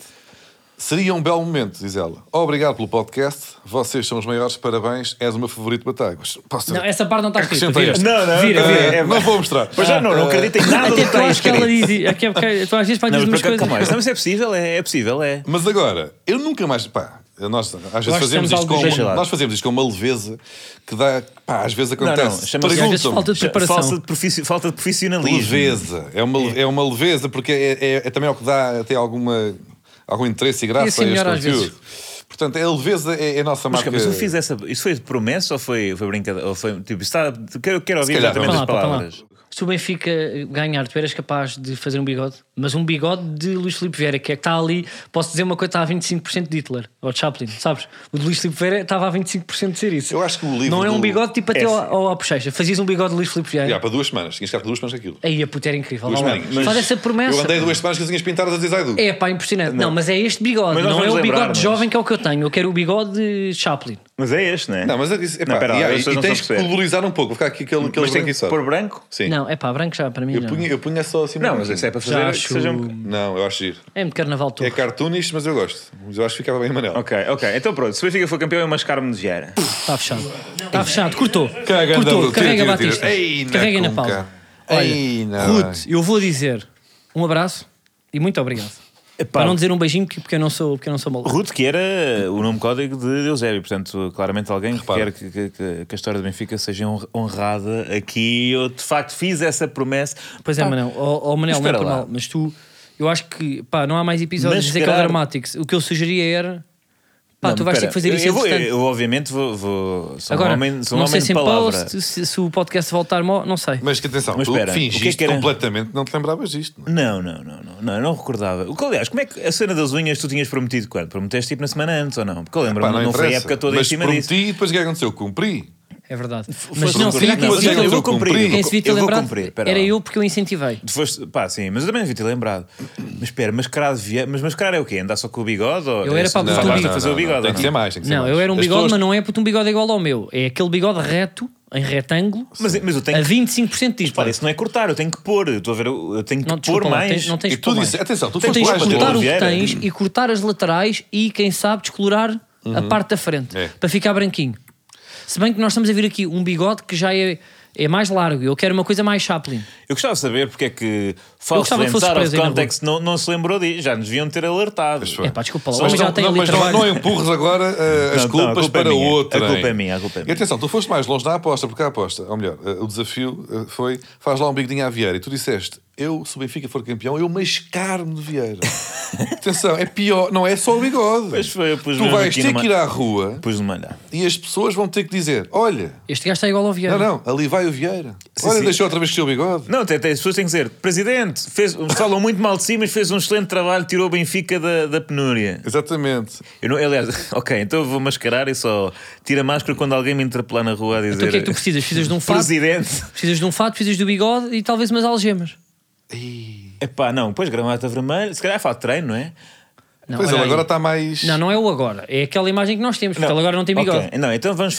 S3: Seria um belo momento, diz ela. Obrigado pelo podcast. Vocês são os maiores. Parabéns. És o meu favorito Batagos. Posso...
S1: Não, é- essa parte não está escrita.
S3: Acrescenta
S1: Vira.
S3: este.
S2: Não, não.
S1: Vira,
S3: Ah,
S1: vira.
S2: é-
S3: não vou mostrar. Ah,
S2: Pois já não, não acredito em nada do que
S1: Até tu
S2: está
S1: acho que ela
S2: escrito.
S1: diz. é que é porque Tu às vezes vais
S2: Não,
S1: dizer umas
S2: mas para- calma,
S1: coisas.
S2: isso não, mas é possível, é, é possível, é.
S3: Mas agora, eu nunca mais. Pá, nós às vezes
S1: que
S3: fazemos
S1: temos
S3: isto, com,
S1: alguns-
S2: Deixa lá.
S3: nós fazemos isto com uma leveza que dá. Pá, às vezes
S2: não,
S3: acontece.
S2: chama-se-
S1: Às vezes
S3: Perguntam-me.
S1: falta de preparação.
S2: Falta de, profici- falta de profissionalismo.
S3: Leveza. É uma, é uma leveza, porque é, é- é também o que dá até alguma, algum interesse e graça a
S1: assim
S3: este
S1: melhor às
S3: conteúdo.
S1: vezes.
S3: Portanto, a leveza é, é a nossa
S2: Mas,
S3: marca.
S2: cara, mas tu fiz essa, isso foi de promessa ou foi, foi brincadeira? Ou foi tipo, está, quero, quero ouvir
S3: calhar,
S2: exatamente
S1: Para
S2: as
S1: lá, para lá.
S2: é palavras.
S1: Se o Benfica ganhar, tu eras capaz de fazer um bigode, mas um bigode de Luís Filipe Vieira, que é que está ali, posso dizer uma coisa, está a 25% de Hitler, ou de Chaplin, sabes? O de Luís Filipe Vieira estava a 25% de ser isso.
S3: Eu acho que o livro
S1: Não é um
S3: do-
S1: bigode tipo até
S2: É,
S1: ao, ao, à bochecha, fazias um bigode de Luís Filipe Vieira.
S3: Já, para duas semanas. Tinhas que ficar para duas semanas com aquilo.
S1: Aí a puta era incrível.
S3: Duas
S1: lá lá.
S3: semaninhas.
S1: Faz essa promessa.
S3: Eu andei duas semanas com as unhas pintadas a dizer Zaidu.
S1: É pá, impressionante. Não. mas é este bigode,
S2: Mas nós
S1: não é o
S2: vamos
S1: bigode
S2: lembrar-nos.
S1: jovem que é o que eu tenho. Eu quero o bigode de Chaplin.
S2: Mas é este, não é?
S3: Não, mas é isso. Epá,
S2: Não, pera lá,
S3: e,
S2: as
S3: aí-
S2: pessoas
S3: e
S2: não
S3: tens que
S2: estão a perceber.
S3: polarizar um pouco, ficar aqui aquele, aquele
S2: Mas tem
S3: branco e
S2: que
S3: só.
S2: pôr branco?
S3: Sim.
S1: Não, é pá, branco já para mim.
S3: eu,
S1: não.
S3: punha, eu punha só assim.
S2: Não,
S3: branco.
S2: mas isso é para
S1: Já
S2: fazer
S1: acho-
S2: que seja um...
S3: Não, eu acho giro.
S1: É muito carnaval tu.
S3: É cartoonish, mas eu gosto. Mas eu acho que ficava bem amarelo.
S2: Ok, ok. Então pronto, se o Benfica for campeão, eu mascaro-me de Vieira.
S1: Está Tá fechado. Está fechado. Cortou.
S2: é
S3: Caga,
S1: Cortou.
S3: anda,
S1: Carrega
S3: tira, tira,
S1: Batista.
S3: tira. Ei, na
S1: Carrega na
S3: cunca.
S1: pausa.
S3: Ei,
S1: Olha,
S2: é.
S3: na
S1: Ruth, eu vou dizer um abraço e muito obrigado. Para não dizer um beijinho, porque porque eu não sou, porque eu não sou maluco.
S2: Ruth, que era o nome código de Eusébio, portanto, claramente alguém que quer que, que- que- que a história do Benfica seja hon- honrada aqui. Eu de facto fiz essa promessa.
S1: Pois é,
S2: Pá,
S1: Manel. Ó, ó, Manel,
S2: mas
S1: não é
S2: espera
S1: por
S2: lá.
S1: mal, mas tu, eu acho que, pá, não há mais episódios de
S2: Mascarar-
S1: Zeca Dramatics. O que eu sugeria era, pá,
S2: não,
S1: tu vais ter
S2: espera,
S1: que fazer
S2: eu-
S1: isso
S2: eu, vou-
S1: entretanto.
S2: eu, obviamente vou. vou- sou
S1: Agora,
S2: um homem, sou um
S1: não
S2: homem
S1: sei
S2: de
S1: se em
S2: palavra.
S1: post, se, se o podcast voltar, mo- não sei.
S3: Mas que atenção,
S2: Mas
S3: tu
S2: espera, o que é
S3: fingiste
S2: que era?
S3: completamente, não te lembravas disto. não é?
S2: Não, não, não, não, não, eu não recordava. O que, aliás, como é que a cena das unhas tu tinhas prometido quando? Prometeste tipo na semana antes ou não? Porque eu lembro-me,
S3: Pá,
S2: não, foi a
S3: interessa.
S2: época toda
S3: mas
S2: em cima
S3: prometi
S2: disso.
S3: e depois o que é que aconteceu? Cumpri.
S1: É verdade.
S2: Foste
S1: Mas não,
S2: cumprir.
S1: será que
S2: Não, mas eu,
S3: eu
S2: vou
S3: vou
S2: cumprir.
S3: cumprir.
S1: quem se devia ter
S2: eu vou
S1: lembrado
S2: cumprir. espera
S1: era
S2: lá.
S1: eu porque eu incentivei.
S2: Tu foste- pá, sim, mas eu também devia ter lembrado. Mas espera, mascarado de Vieira. Mas mascarar é o quê? Andar só com o bigode? Ou é
S1: Eu era para
S2: Não,
S1: botar o
S2: basta
S1: bigode.
S2: fazer o bigode.
S3: Tem que
S2: ou
S3: ser
S2: não?
S3: mais, tem que ser
S1: Não,
S3: mais.
S1: eu era um
S3: As
S1: bigode,
S3: pessoas-
S1: mas não é porque um bigode igual ao meu. É aquele bigode reto, em retângulo,
S2: Mas, mas eu tenho
S1: a
S2: que.
S1: 25% de
S2: Repara,
S1: Hitler.
S2: isso não é cortar, eu tenho que pôr. Eu Estou a ver, eu eu tenho que
S1: Não,
S2: pôr
S1: desculpa lá,
S2: mais.
S1: tens- não tens
S3: E
S1: de
S3: tu
S1: pôr
S3: disse,
S1: mais.
S3: atenção, tu
S1: Tu
S3: foste
S1: tens
S3: mais
S1: de cortar
S2: do
S1: o
S3: longe.
S1: que
S2: Vieira.
S1: tens e cortar as laterais e, quem sabe, descolorar a parte da frente
S3: É.
S1: para ficar branquinho. Se bem que nós estamos a vir aqui um bigode que já é, é mais largo. Eu quero uma coisa mais Chaplin.
S2: Eu gostava de saber porque é que Falso
S1: gostava que fosse
S2: Lentes Out
S1: preso
S2: of
S1: aí na
S2: Context não, não se lembrou disso. Já nos deviam ter alertado.
S3: Pois foi.
S1: É pá, desculpa lá, o
S2: Mas
S1: homem já tem
S3: não,
S1: ali
S3: mas não,
S1: trabalho.
S3: não empurres agora eh,
S2: Não,
S3: as
S2: não, a
S3: culpas
S2: culpa é
S3: para
S2: minha.
S3: outra.
S2: A culpa é
S3: hein?
S2: minha, a culpa é
S3: E
S2: minha.
S3: atenção, tu foste mais longe na aposta, porque a aposta, ou melhor, eh, o desafio eh, foi faz lá um bigodinho à Vieira. E tu disseste, eu, se o Benfica for campeão, eu mascaro-me de Vieira. atenção, é pior, não é só o bigode.
S2: Pois foi, eu pus
S3: tu
S2: mesmo
S3: vais
S2: aqui
S3: ter
S2: numa-
S3: que ir à rua
S2: Pus no malhar.
S3: e as pessoas vão ter que dizer: olha,
S1: Este gajo está igual ao Vieira.
S3: não, não, ali vai o Vieira. olha,
S2: sim.
S3: deixou outra vez crescer o bigode.
S2: Não, até, até as pessoas têm que dizer: Presidente, fez, falam muito mal de si, mas fez um excelente trabalho, tirou o Benfica da, da penúria.
S3: Exatamente.
S2: Eu não, aliás, ok, então eu vou mascarar e só tiro a máscara quando alguém me interpelar na rua a dizer.
S1: Então o que é que tu precisas? Precisas de um fato,
S2: Presidente.
S1: precisas de um fato, precisas do bigode e talvez umas algemas.
S2: Epá, não, pois gramata vermelha, se calhar faz treino, não é?
S1: Não,
S3: Pois
S1: olha
S3: ele
S1: aí.
S3: agora tá- está mais.
S1: Não, não é o agora. É aquela imagem que nós temos, porque ele agora não tem
S2: Ok,
S1: bigode.
S2: Não, então vamos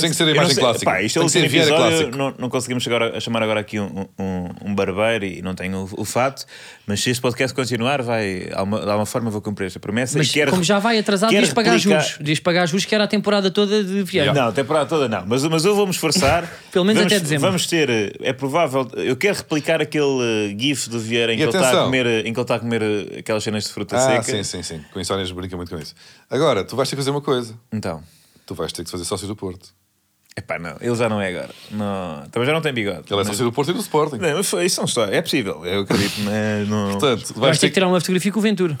S3: Pois, tem que ser a
S2: eu não
S3: imagem
S2: sei-
S3: clássica.
S2: Pá, isto é
S3: Tem
S2: o
S3: que ser
S2: último
S3: a Vieira
S2: episódio.
S3: clássica.
S2: Não, não conseguimos chegar a, a chamar agora aqui um, um, um barbeiro e não tenho o, o fato. Mas se este podcast continuar, vai. De alguma, de alguma forma vou cumprir esta promessa.
S1: Mas
S2: e quero,
S1: como já vai atrasado,
S2: quero
S1: devias pagar
S2: replicar-
S1: juros. Devias pagar juros que era a temporada toda de Vieira.
S2: Não, temporada toda não, mas, mas eu vou-me esforçar.
S1: Pelo menos
S2: Vamos-
S1: até dezembro.
S2: Vamos ter, eh, é provável, eu quero replicar aquele eh, gif do Vieira em
S3: E
S2: que, ele está a
S3: atenção.
S2: comer, eh, em que ele está a comer eh, aquelas cenas de fruta
S3: Ah,
S2: seca.
S3: sim, sim, sim. Com insónias brinca é muito com isso. Agora, tu vais ter que fazer uma coisa.
S2: Então,
S3: Tu vais ter que fazer sócio do Porto.
S2: epá, não, ele já não é agora. Não, também já não tem bigode.
S3: Ele é
S2: mas-
S3: sócio do Porto e do Sporting.
S2: Não, mas foi- isso não está. É possível, eu acredito. Mas, não...
S3: Portanto,
S1: Vais ter que tirar uma fotografia com o Ventura.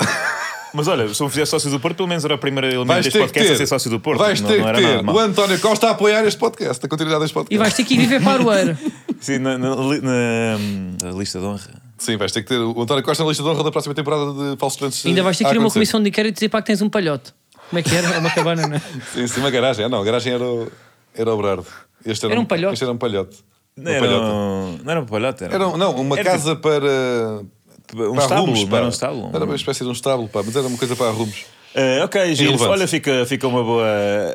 S2: mas olha, se eu fizer sócio do Porto, pelo menos era o primeiro elemento
S3: Vais
S2: deste
S3: ter que
S2: podcast a
S3: ter,
S2: ser sócio do Porto.
S3: vais
S2: não,
S3: ter
S2: não
S3: que
S2: era
S3: ter
S2: nada mal.
S3: o António Costa a apoiar este podcast, a continuidade deste podcast.
S1: E vais ter que ir viver para o Oeiro.
S2: Sim, na, na li- na- na lista de honra.
S3: Sim, vais ter que ter o António Costa na lista de honra da próxima temporada de Falsos Estudantes.
S1: Ainda vais ter
S3: a
S1: que ir a uma
S3: acontecer.
S1: comissão de inquérito e dizer pá que tens um palhote. Como é que era? É uma cabana, não é?
S3: Sim, sim, uma garagem. Ah, não, a garagem era o, era o Brardo. Este era,
S1: Era um palhote.
S3: Este era um palhote.
S2: Não
S3: Uma
S2: era,
S3: palhota.
S2: um, não era um palhote, era,
S3: Era um- não, uma
S2: era tipo-
S3: casa para.
S2: Um
S3: para
S2: estábulo,
S3: arrumos,
S2: não
S3: pá.
S2: era um estábulo?
S3: Era uma espécie de um estábulo, pá, mas era uma coisa para arrumos.
S2: Ah, ok, Gil,
S3: Irrelevante.
S2: olha, fica, fica uma boa.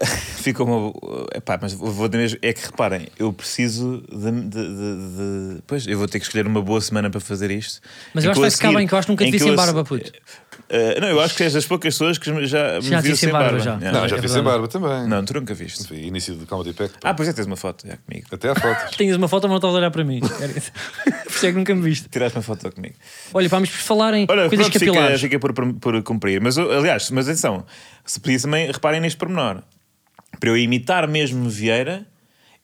S2: Fica uma boa. Epá, mas vou vou mesmo. É que reparem, eu preciso de, de- de- de- Pois, eu vou ter que escolher uma boa semana para fazer isto.
S1: Mas eu
S2: Em
S1: acho que
S2: eu
S1: vai
S2: a
S1: ficar
S2: seguir-
S1: bem, que eu acho que nunca te
S2: em
S1: vi
S2: eu
S1: sem
S2: a se-
S1: barba, puto.
S2: Ah, não, eu acho que és das poucas pessoas que
S1: Já
S2: já, me
S1: te vi
S2: viu
S1: sem
S2: sem
S1: barba,
S2: barba.
S1: já.
S2: Yeah.
S3: Não,
S1: é
S3: já vi
S1: verdade.
S3: sem barba também.
S2: Não, tu nunca viste.
S3: Vi Início do Comedy Pack. pá.
S2: Ah, pois é, tens uma foto já comigo.
S3: Até há fotos.
S1: Tens uma foto, mas não estás a olhar para mim. Era isso. Por isso é que nunca me viste.
S2: Tiraste uma foto comigo.
S1: Olha, vamos por falar em
S2: Olha,
S1: coisas
S2: pronto, fica,
S1: capilares.
S2: fica por, por, por cumprir. Mas, eu- aliás, mas atenção, se podia também, reparem neste pormenor. Para eu imitar mesmo Vieira,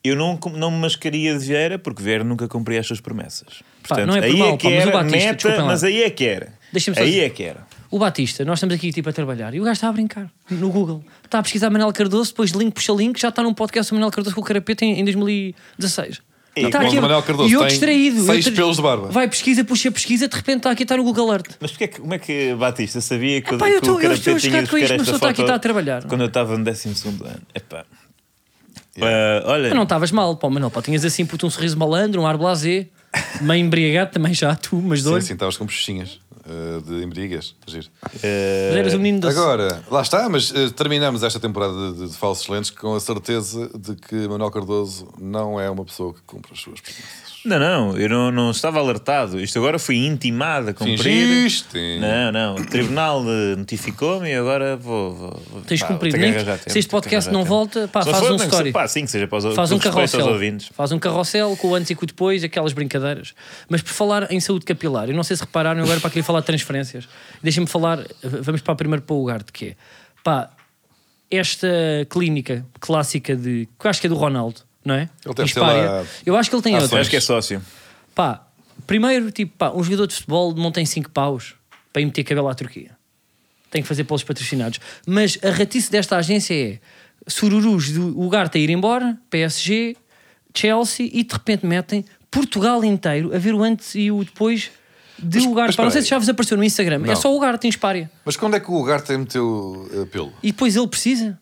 S2: eu não, com- não me mascaria de Vieira, porque Vieira nunca cumpria as suas promessas. Portanto,
S1: não é por
S2: aí
S1: mal,
S2: é que
S1: pá, mas o
S2: era
S1: Batista, desculpem
S2: meta,
S1: lá.
S2: mas aí é que era.
S1: Deixa-me só
S2: Aí
S1: dizer-
S2: é que era.
S1: O Batista, nós estamos aqui tipo a trabalhar e o gajo está a brincar no Google. Está a pesquisar Manuel Cardoso, depois link puxa link, já está num podcast do Manuel Cardoso com o Carapeta em, em 2016.
S2: E
S1: está
S3: com
S1: aqui,
S3: o Manuel Cardoso,
S1: e eu
S3: tem
S1: distraído. eu
S3: seis
S1: tra-
S3: pelos de barba.
S1: Vai pesquisa, puxa pesquisa, de repente está aqui, está no Google Alert.
S2: Mas porquê que- como é que Batista sabia que, o-
S1: Epá, eu
S2: que
S1: tô- eu
S2: o Carapete
S1: estou a
S2: tinha
S1: chocar
S2: ido
S1: com isto,
S2: buscar
S1: mas
S2: esta
S1: só está aqui,
S2: foto
S1: está a trabalhar.
S2: Quando eu estava no 12 ano. Epá. Ah, olha,
S1: Mas não estavas mal, pá, Manuel, pá, tinhas assim puto, um sorriso malandro, um ar blasé, meio embriagado também já, tu, mas
S3: Sim,
S1: dois.
S3: sim, estavas com bochechinhas eh, de embrigas. Giro.
S1: Mas eras um
S3: é.
S1: menino doce.
S3: Agora, lá está, mas eh, terminamos esta temporada de, de- de Falsos Lentes com a certeza de que Manuel Cardoso não é uma pessoa que cumpre as suas promessas.
S2: Não, não, eu não, não estava alertado. Isto agora fui intimado a cumprir.
S3: Fingiste.
S2: Não, não, o tribunal eh, notificou-me e agora vou. vou- vou-
S1: Tens
S2: pá,
S1: cumprido,
S2: vou ter
S1: nem
S2: que arranjar
S1: que-
S2: tempo,
S1: se este
S2: vou ter que
S1: podcast
S2: arranjar
S1: não
S2: tempo.
S1: volta, pá,
S2: Se não
S1: faz
S2: for,
S1: um
S2: tem que ser-
S1: story.
S2: Pá, sim, que seja para os
S1: Faz um
S2: respeito aos
S1: carrossel.
S2: ouvintes.
S1: Faz um carrossel com o antes e com o depois, aquelas brincadeiras. Mas por falar em saúde capilar, eu não sei se repararam eu agora para querer falar de transferências. Deixem-me falar, eh, vamos para primeiro para o lugar de quê? Pá, esta clínica clássica de. que eu acho que é do Ronaldo, não é?
S3: Ele deve ter
S1: Hispária.
S3: lá
S1: Eu acho que ele tem
S3: ações.
S2: Eu
S1: outras.
S2: acho que é sócio.
S1: Pá, primeiro, tipo, pá, um jogador de futebol não tem 5 paus para ir meter cabelo à Turquia. Tem que fazer pelos patrocinados. Mas a ratice desta agência é sururus do Ugarte a ir embora, PSG, Chelsea e de repente metem Portugal inteiro a ver o antes e o depois de
S3: Mas-
S1: Ugarte.
S3: mas
S1: Pá, não sei
S3: espera
S1: se já vos apareceu no Instagram. É
S3: Não.
S1: só o Ugarte em Espária.
S3: Mas quando é que o Ugarte meteu uh, pelo?
S1: E depois ele precisa.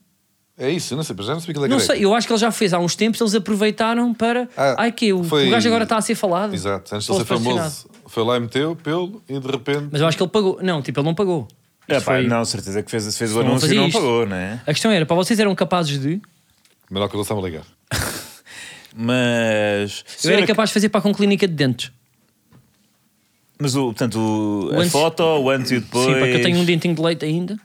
S3: É isso, eu não sei, já não sabia que ele é
S1: Não
S3: greco.
S1: sei, eu acho que ele já fez há uns tempos, eles aproveitaram para.
S3: Ah,
S1: Ai que é, o,
S3: foi-
S1: o gajo agora está a ser falado.
S3: Exato, antes de ele
S1: Pelos
S3: ser
S1: patrocinados.
S3: famoso, foi lá e meteu pelo e de repente.
S1: Mas eu acho que ele pagou. Não, tipo, ele não pagou.
S2: É,
S1: Isto
S2: pá,
S1: foi-
S2: Não, certeza que fez, fez o
S1: Não
S2: anúncio e
S1: fazia
S2: não
S1: isto.
S2: pagou, não é?
S1: A questão era, para vocês eram capazes de.
S3: Manuel Cardoso está-me a ligar.
S2: Mas.
S1: Eu era capaz de fazer para com clínica de dentes.
S2: Mas o, portanto, o-
S1: O
S2: a
S1: antes-
S2: foto, o antes e o depois.
S1: Sim, porque eu tenho um dentinho de leite ainda.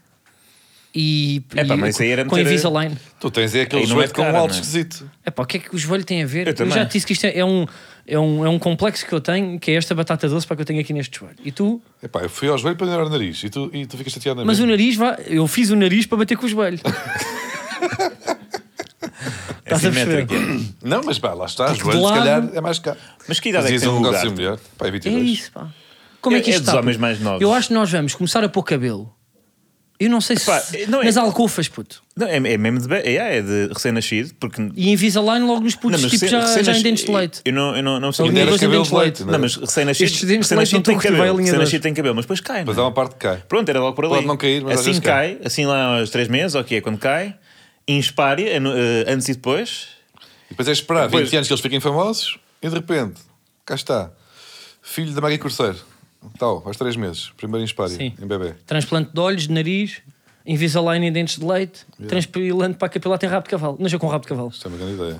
S1: E.
S2: Epá,
S1: e
S2: mas isso aí era
S1: com
S2: meter-
S1: Invisalign.
S3: Tu tens aí aquele
S2: Aí não
S3: joelho
S2: é de
S3: com um
S2: cara,
S3: alto
S2: não é?
S3: esquisito.
S1: Epá, o que é que o joelho tem a ver?
S2: Eu
S1: Eu,
S2: também.
S1: já te disse que isto é, é um, é, um, é um complexo que eu tenho, que é esta batata doce para que eu tenho aqui neste joelho. E tu.
S3: Epá, eu fui ao joelho para melhorar o nariz e tu, e tu ficas chateado é na
S1: Mas o nariz, vá, eu fiz o nariz para bater com o joelho.
S2: É
S1: Estás a
S2: simétrico,
S1: perceber?
S2: é.
S3: Não, mas pá, lá está,
S1: de
S3: joelho se
S1: lado-
S3: calhar é mais caro.
S2: Mas que idade é que
S3: Diz
S2: tem
S3: um
S2: o
S3: negócio
S2: Ugarte?
S3: melhor. Pá, é
S1: É
S3: 22.
S1: isso, pá. Como é,
S2: É-
S1: que
S2: é
S1: isto
S2: dos
S1: está,
S2: homens
S1: puto?
S2: mais novos.
S1: Eu acho que nós vamos começar a pôr cabelo. Eu não sei
S2: Epá,
S1: se.
S2: não é-
S1: Nas alcofas, puto.
S2: Não, é, é mesmo de, be- é, é de recém-nascido, porque.
S1: E Invisalign logo nos putos,
S2: mas
S1: tipo,
S2: recém-
S1: já, já em
S2: recém-nasci-
S1: dentes de leite.
S2: Eu não, eu não, não sei
S1: Ou
S2: o que
S3: Ainda
S1: Mas
S3: era
S1: em
S3: cabelo
S1: dentes
S3: de leite, é?
S1: leite.
S2: Não, mas recém-nascido
S1: Estes dentes
S2: recém-nascido
S1: leite
S2: tem
S1: não estão
S2: cabelo.
S1: a linha
S2: Recém-nascido tem cabelo, mas depois cai.
S3: Mas há
S2: não é?
S3: uma parte que cai.
S2: Pronto, era logo por ali.
S3: Pode não cair, mas às
S2: assim
S3: vezes cai.
S2: cai, assim lá aos 3 meses, ok, é quando cai. Em espária, eh, no- eh, antes e depois.
S3: E depois é esperar
S2: Depois-
S3: 20 anos que eles fiquem famosos e de repente, cá está, filho da Maggie Corseiro. Tal, aos três meses. Primeiro inspário,
S1: Sim.
S3: em bebê.
S1: Transplante de olhos, de nariz, Invisalign em dentes de leite, transplante para capilar tem rabo de cavalo. Nasceu com rabo de cavalo.
S3: Isto é uma grande ideia.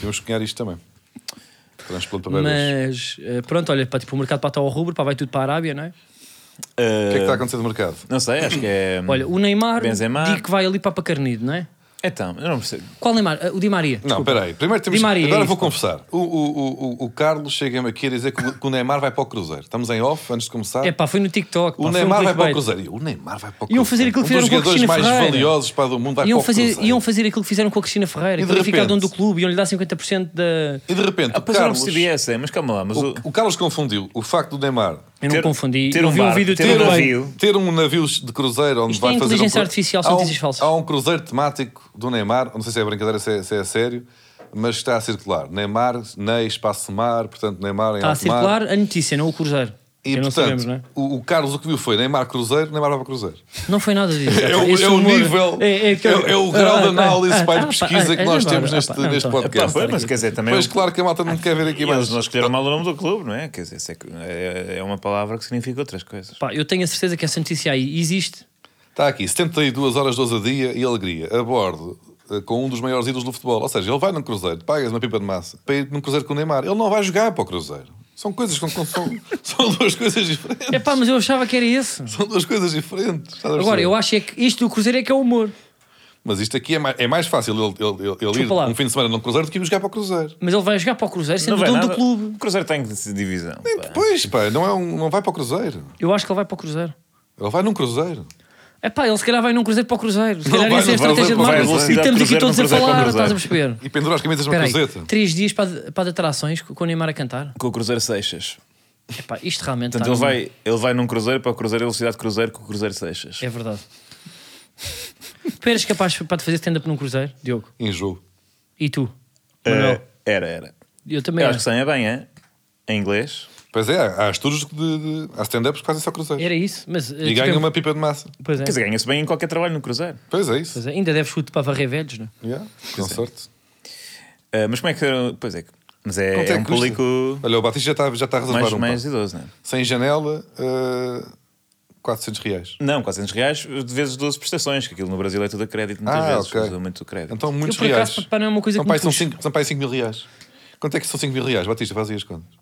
S3: Temos que cunhar isto também. Transplante para bebês.
S1: Mas eh, pronto, olha, para, tipo, o mercado para estar ao rubro, para vai tudo para a Arábia, não é?
S3: O que é que está a acontecer no mercado?
S2: eh, Não sei, acho que é.
S1: Olha, o Neymar
S2: Benzema.
S1: diz que vai ali para Pacarnido, não é?
S2: Então, eu não percebo.
S1: Qual Neymar? Ah, O Di Maria.
S3: Não,
S1: desculpa.
S3: espera aí. Primeiro temos.
S1: Di Maria,
S3: Agora
S1: é
S3: vou
S1: isso,
S3: confessar. O, o- o- o- o Carlos chega-me aqui a dizer que o que o Neymar vai para o Cruzeiro. Estamos em off antes de começar.
S1: É pá, foi no
S3: o
S1: TikTok. pá, foi um
S3: Neymar vai para o
S1: clickbait.
S3: Cruzeiro. E eu, O Neymar vai para o Cruzeiro.
S1: Iam fazer aquilo que
S3: um dos
S1: fizeram com a
S3: jogadores
S1: Cristina
S3: mais
S1: Ferreira.
S3: valiosos para do mundo vai
S1: Iam
S3: para o
S1: fazer,
S3: Cruzeiro.
S1: iam fazer aquilo que fizeram com a Cristina Ferreira,
S3: E
S1: que
S3: de
S1: ele ficar
S3: repente?
S1: dono do clube, iam lhe dar 50% da.
S3: E de repente,
S2: Ah,
S3: o
S2: pois eu não
S3: Carlos,
S2: percebi essa, mas calma lá. Mas o, Ah,
S3: o, o Carlos confundiu o facto do Neymar
S1: Eu não
S2: Ter-
S1: confundi.
S2: ter
S1: eu
S2: um
S1: vi um
S2: barco,
S1: vídeo
S2: ter
S1: teu
S2: um
S1: bem.
S2: navio.
S3: ter um navio de cruzeiro onde
S1: Isto
S3: vai
S1: é
S3: fazer.
S1: inteligência
S3: cru-
S1: artificial, são
S3: Há um-
S1: notícias falsas.
S3: Há um cruzeiro temático do Neymar, não sei se é brincadeira, se é, se é sério, mas está a circular. Neymar, Ney, Espaço-Mar, portanto, Neymar em
S1: Está a
S3: alto mar.
S1: circular a notícia, não o Cruzeiro.
S3: E,
S1: eu não
S3: portanto,
S1: sabemos, não é?
S3: o, o Carlos o que viu foi Neymar Cruzeiro, Neymar vai para Cruzeiro.
S1: Não foi nada disso.
S3: É, o-
S1: Esse
S3: é o
S1: humor-
S3: nível, é,
S1: que-
S3: é o grau de
S1: Ah, ah,
S3: análise
S1: ah,
S3: pai, de
S1: ah,
S3: pesquisa
S1: ah,
S3: que
S1: ah,
S3: nós
S1: ah,
S3: temos
S1: ah,
S3: neste,
S1: ah, não,
S3: neste
S1: tá.
S2: Pá,
S3: podcast.
S2: foi, mas quer dizer, também.
S3: Pois,
S2: o- Ah, é
S3: claro que a malta não quer ver aqui
S2: e é? eles
S3: mais.
S2: não escolheram mal o nome do clube, não é? Quer dizer, se é que- é, é uma palavra que significa outras coisas.
S1: Pá, eu tenho a certeza que essa notícia aí existe.
S3: Está aqui, 72 horas de ousadia e alegria, a bordo eh, com um dos maiores ídolos do futebol. Ou seja, ele vai num cruzeiro, pagas uma pipa de massa para ir num cruzeiro com o Neymar. Ele não vai jogar para o cruzeiro. São coisas que não- são, são duas coisas diferentes.
S1: É pá, mas eu achava que era esse.
S3: São duas coisas diferentes. estás a
S1: Agora,
S3: perceber?
S1: eu acho é que isto do Cruzeiro é que é o humor.
S3: Mas isto aqui é mais, é mais fácil ele, ele- ele- ele ir
S1: lá.
S3: um fim de semana num cruzeiro do que ir jogar para o cruzeiro.
S1: Mas ele vai jogar para o Cruzeiro sendo
S2: Não vai
S1: dono
S2: nada.
S1: do clube.
S2: O Cruzeiro tem que divisão. pá.
S3: Pois, pá, não, é um, não vai para o cruzeiro.
S1: Eu acho que ele vai para o Cruzeiro.
S3: Ele vai num cruzeiro.
S1: É pá, ele se calhar vai num Cruzeiro para o Cruzeiro. Se calhar
S3: vai,
S1: isso é a
S3: não vai,
S1: estratégia de
S3: vai, vai,
S1: marketing.
S3: velocidade
S1: E estamos aqui
S2: Cruzeiro,
S1: todos
S2: não
S1: a
S2: Cruzeiro para
S1: falar,
S2: Cruzeiro.
S1: estás a perceber?
S3: E pendurar as camisas numa
S1: Espera aí,
S3: cruzeta.
S1: três dias para de, para de atrações com com o Neymar a cantar.
S2: Com o Cruzeiro Seixas.
S1: É pá, isto realmente
S2: Portanto,
S1: está
S2: ele
S1: numa-
S2: vai, ele vai num Cruzeiro para o Cruzeiro Velocidade Cruzeiro com o Cruzeiro Seixas.
S1: É verdade. tu eras capaz para te fazer stand-up num Cruzeiro, Diogo?
S3: Enjoo.
S1: E tu?
S2: Eh,
S1: Manuel?
S2: era, era.
S1: Eu também
S2: Eu acho
S1: era.
S2: que sonha bem, é? Em inglês.
S3: Pois é, há há estudos de. de há stand-ups que fazem só cruzeiros.
S1: Era isso, mas. eh,
S3: E
S1: tipo,
S3: ganham
S1: eu-
S3: uma pipa de massa.
S1: Pois é.
S2: Quer dizer, ganha-se bem em qualquer trabalho no Cruzeiro.
S3: Pois é isso.
S1: Pois é, Ainda deves chute para varrer velhos, não é?
S3: Yeah, com sorte.
S2: Eh, mas como é que. Pois é. que- Mas é,
S3: Quanto
S2: é
S3: é que
S2: um
S3: custa?
S2: público
S3: Olha, o Batista já está, já está a reservar
S2: mais,
S3: um.
S2: mais
S3: pá.
S2: idoso, não é?
S3: Sem janela, ah, 400 reais.
S2: Não, 400 reais de vezes 12 prestações, que aquilo no Brasil é tudo a crédito, muitas
S3: Ah,
S2: vezes.
S3: ok.
S2: usa muito o crédito.
S3: Então, muitos
S1: Eu, por acaso,
S3: reais.
S1: pá, não é uma coisa
S3: são
S1: que
S3: pá,
S1: me
S3: são
S1: puxe.
S3: 5, são pá, 5 mil reais. Quanto é que são 5 mil reais? Batista, faz aí as contas.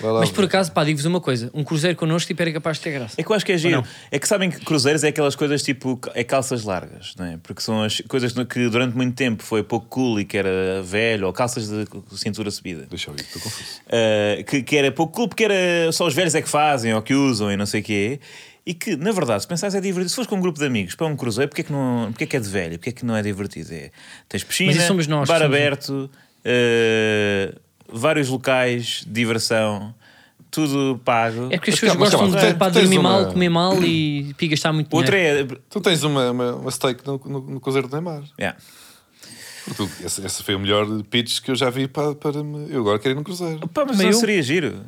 S3: Vai lá,
S1: Mas por acaso, pá, digo-vos uma coisa: um Cruzeiro connosco tipo, era capaz de ter graça.
S2: É que eu acho que é giro. É que sabem que cruzeiros é aquelas coisas tipo ca- é calças largas, não é? Porque são as coisas no- que durante muito tempo foi pouco cool e que era velho, ou calças de cintura subida.
S3: Deixa eu ir, estou confuso.
S2: Uh, que, que era pouco cool porque era só os velhos é que fazem ou que usam e não sei o quê. E que, na verdade, se pensares é divertido. Se fores com um grupo de amigos para um cruzeiro, porque é que, não, porque é, que é de velho? Porque é que não é divertido? É, tens piscina,
S1: Mas isso somos nós,
S2: bar
S1: somos
S2: aberto, uh, vários locais de diversão, tudo pago.
S1: É porque as
S3: Mas
S1: pessoas
S3: calma, mas
S1: gostam
S3: calma,
S1: de
S3: tu
S1: pá,
S3: tens
S1: dormir
S3: uma-
S1: mal, comer mal e pigas está muito
S2: Outra
S1: dinheiro.
S2: é.
S3: Tu tens uma, uma, uma steak no, no, no Cruzeiro de Neymar.
S1: É.
S2: Yeah.
S3: Porque tu- Esse, esse foi o melhor pitch que eu já vi para, para me... Eu agora quero ir no Cruzeiro.
S2: Pá, mas
S1: Mas
S2: não
S1: eu-
S2: seria giro.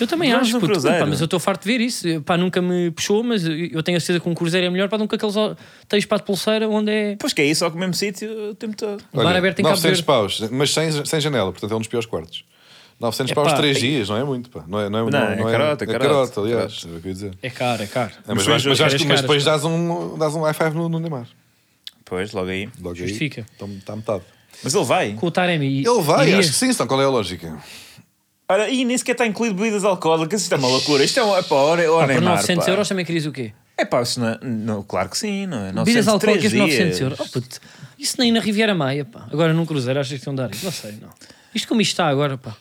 S1: Eu também
S2: Vamos
S1: acho,
S2: num
S1: puto,
S2: cruzeiro.
S1: pá, mas eu estou farto de ver isso. Eu, Pá, nunca me puxou, mas eu eu tenho a certeza que um cruzeiro é melhor para do que aqueles ó- teios para de pulseira onde é
S2: Pois que é isso, ao mesmo sítio o tempo todo.
S1: bar aberto em Cabo
S3: 900
S1: Verde.
S3: paus, mas sem, sem janela, portanto é um dos piores quartos. 900 paus,
S1: pá,
S3: 3
S1: é-
S3: dias, não é muito, pá. Não é, não é,
S2: Não, é carota,
S3: é
S2: carota,
S3: carota, aliás. Era o que eu ia dizer.
S1: É caro, é caro.
S3: É, mas,
S2: foi
S3: vais- mas,
S2: justo,
S3: vais-
S1: eras
S3: mas
S1: caras,
S3: depois dás um, dás um i5 no, no Neymar.
S2: Pois, logo aí.
S3: Logo
S1: Justifica.
S3: Aí, está metade.
S2: Mas ele vai.
S1: Com o Taremi.
S3: Ele vai,
S1: iria.
S3: acho que sim, senão qual é a lógica?
S2: Ora, e nem sequer está incluído bebidas alcoólicas. Isto é uma loucura. Isto é uma. Epá, ora,
S1: Pá,
S2: ora,
S1: Ah, por
S2: Neymar,
S1: 900
S2: pá.
S1: euros também querias o quê?
S2: É pá, isso não, não, claro que sim, não é?
S1: Bebidas
S2: 900,
S1: alcoólicas
S2: três
S1: de 900
S2: dias.
S1: euros. Oh, puto, isso nem na Riviera Maia, pá. Agora num cruzeiro, achas que estão a dar isso? Não sei, não. Isto como isto está agora, pá.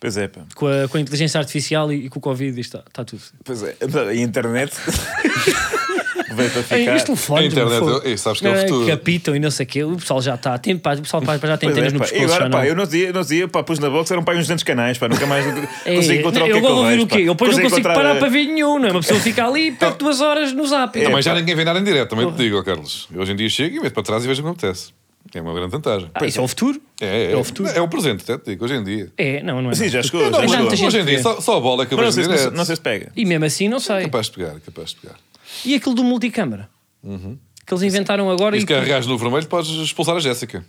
S2: Pois é, pá.
S1: Com a, com a inteligência artificial e, e com o Covid, isto está, está tudo.
S2: Pois é. E a internet. Veio para
S1: Ei,
S2: ficar.
S1: os telefones,
S3: A internet,
S1: meu, fogo.
S3: eu- ei, sabes que é o
S1: Ah,
S3: futuro.
S1: Capitam e não sei o quê. O pessoal já está. Tem, pá, o pessoal pá, já tem
S2: Pois
S1: antenas
S2: é,
S1: no
S2: pá. E
S1: pescoço. já
S2: agora,
S1: não.
S2: pá, eu não dizia, não dizia, pá, pus na box, eram pá, uns 200 canais, pá, nunca mais
S1: É,
S2: consigo encontrar
S1: não,
S2: o que é
S1: eu
S2: que
S1: vou ouvir
S2: vejo,
S1: o quê? Eu
S2: pá.
S1: depois não consigo
S2: encontrar, Então, é.
S1: parar
S2: eh,
S1: para ver nenhum, não é? Uma pessoa fica ali e perde duas horas no zap.
S3: Também
S2: pá.
S3: já ninguém vê nada em direto, também te digo, ó Carlos. Eu hoje em dia chego e meto para trás e vejo o que acontece. É uma grande vantagem.
S1: Ah, isso é o futuro?
S3: É, é,
S1: o futuro.
S3: Não, é o presente, até te digo, hoje em dia.
S1: É, não, não é.
S2: Sim,
S1: não.
S2: já chegou.
S3: Não,
S2: Já
S1: mas
S2: chegou.
S1: há muita
S3: hoje,
S1: gente
S3: hoje em dia
S1: que vê.
S3: só, só a bola é que eu
S2: Mas eh, não
S3: vejo
S2: sei
S3: em
S2: se- não sei-
S3: direto.
S2: não sei se pega.
S1: E mesmo assim, não sei.
S3: Capaz de pegar, capaz de pegar.
S1: E aquilo do multicâmara? Uhum. Que é. eles inventaram agora
S3: E
S1: e.
S3: se carregares no vermelho, podes expulsar a Jéssica.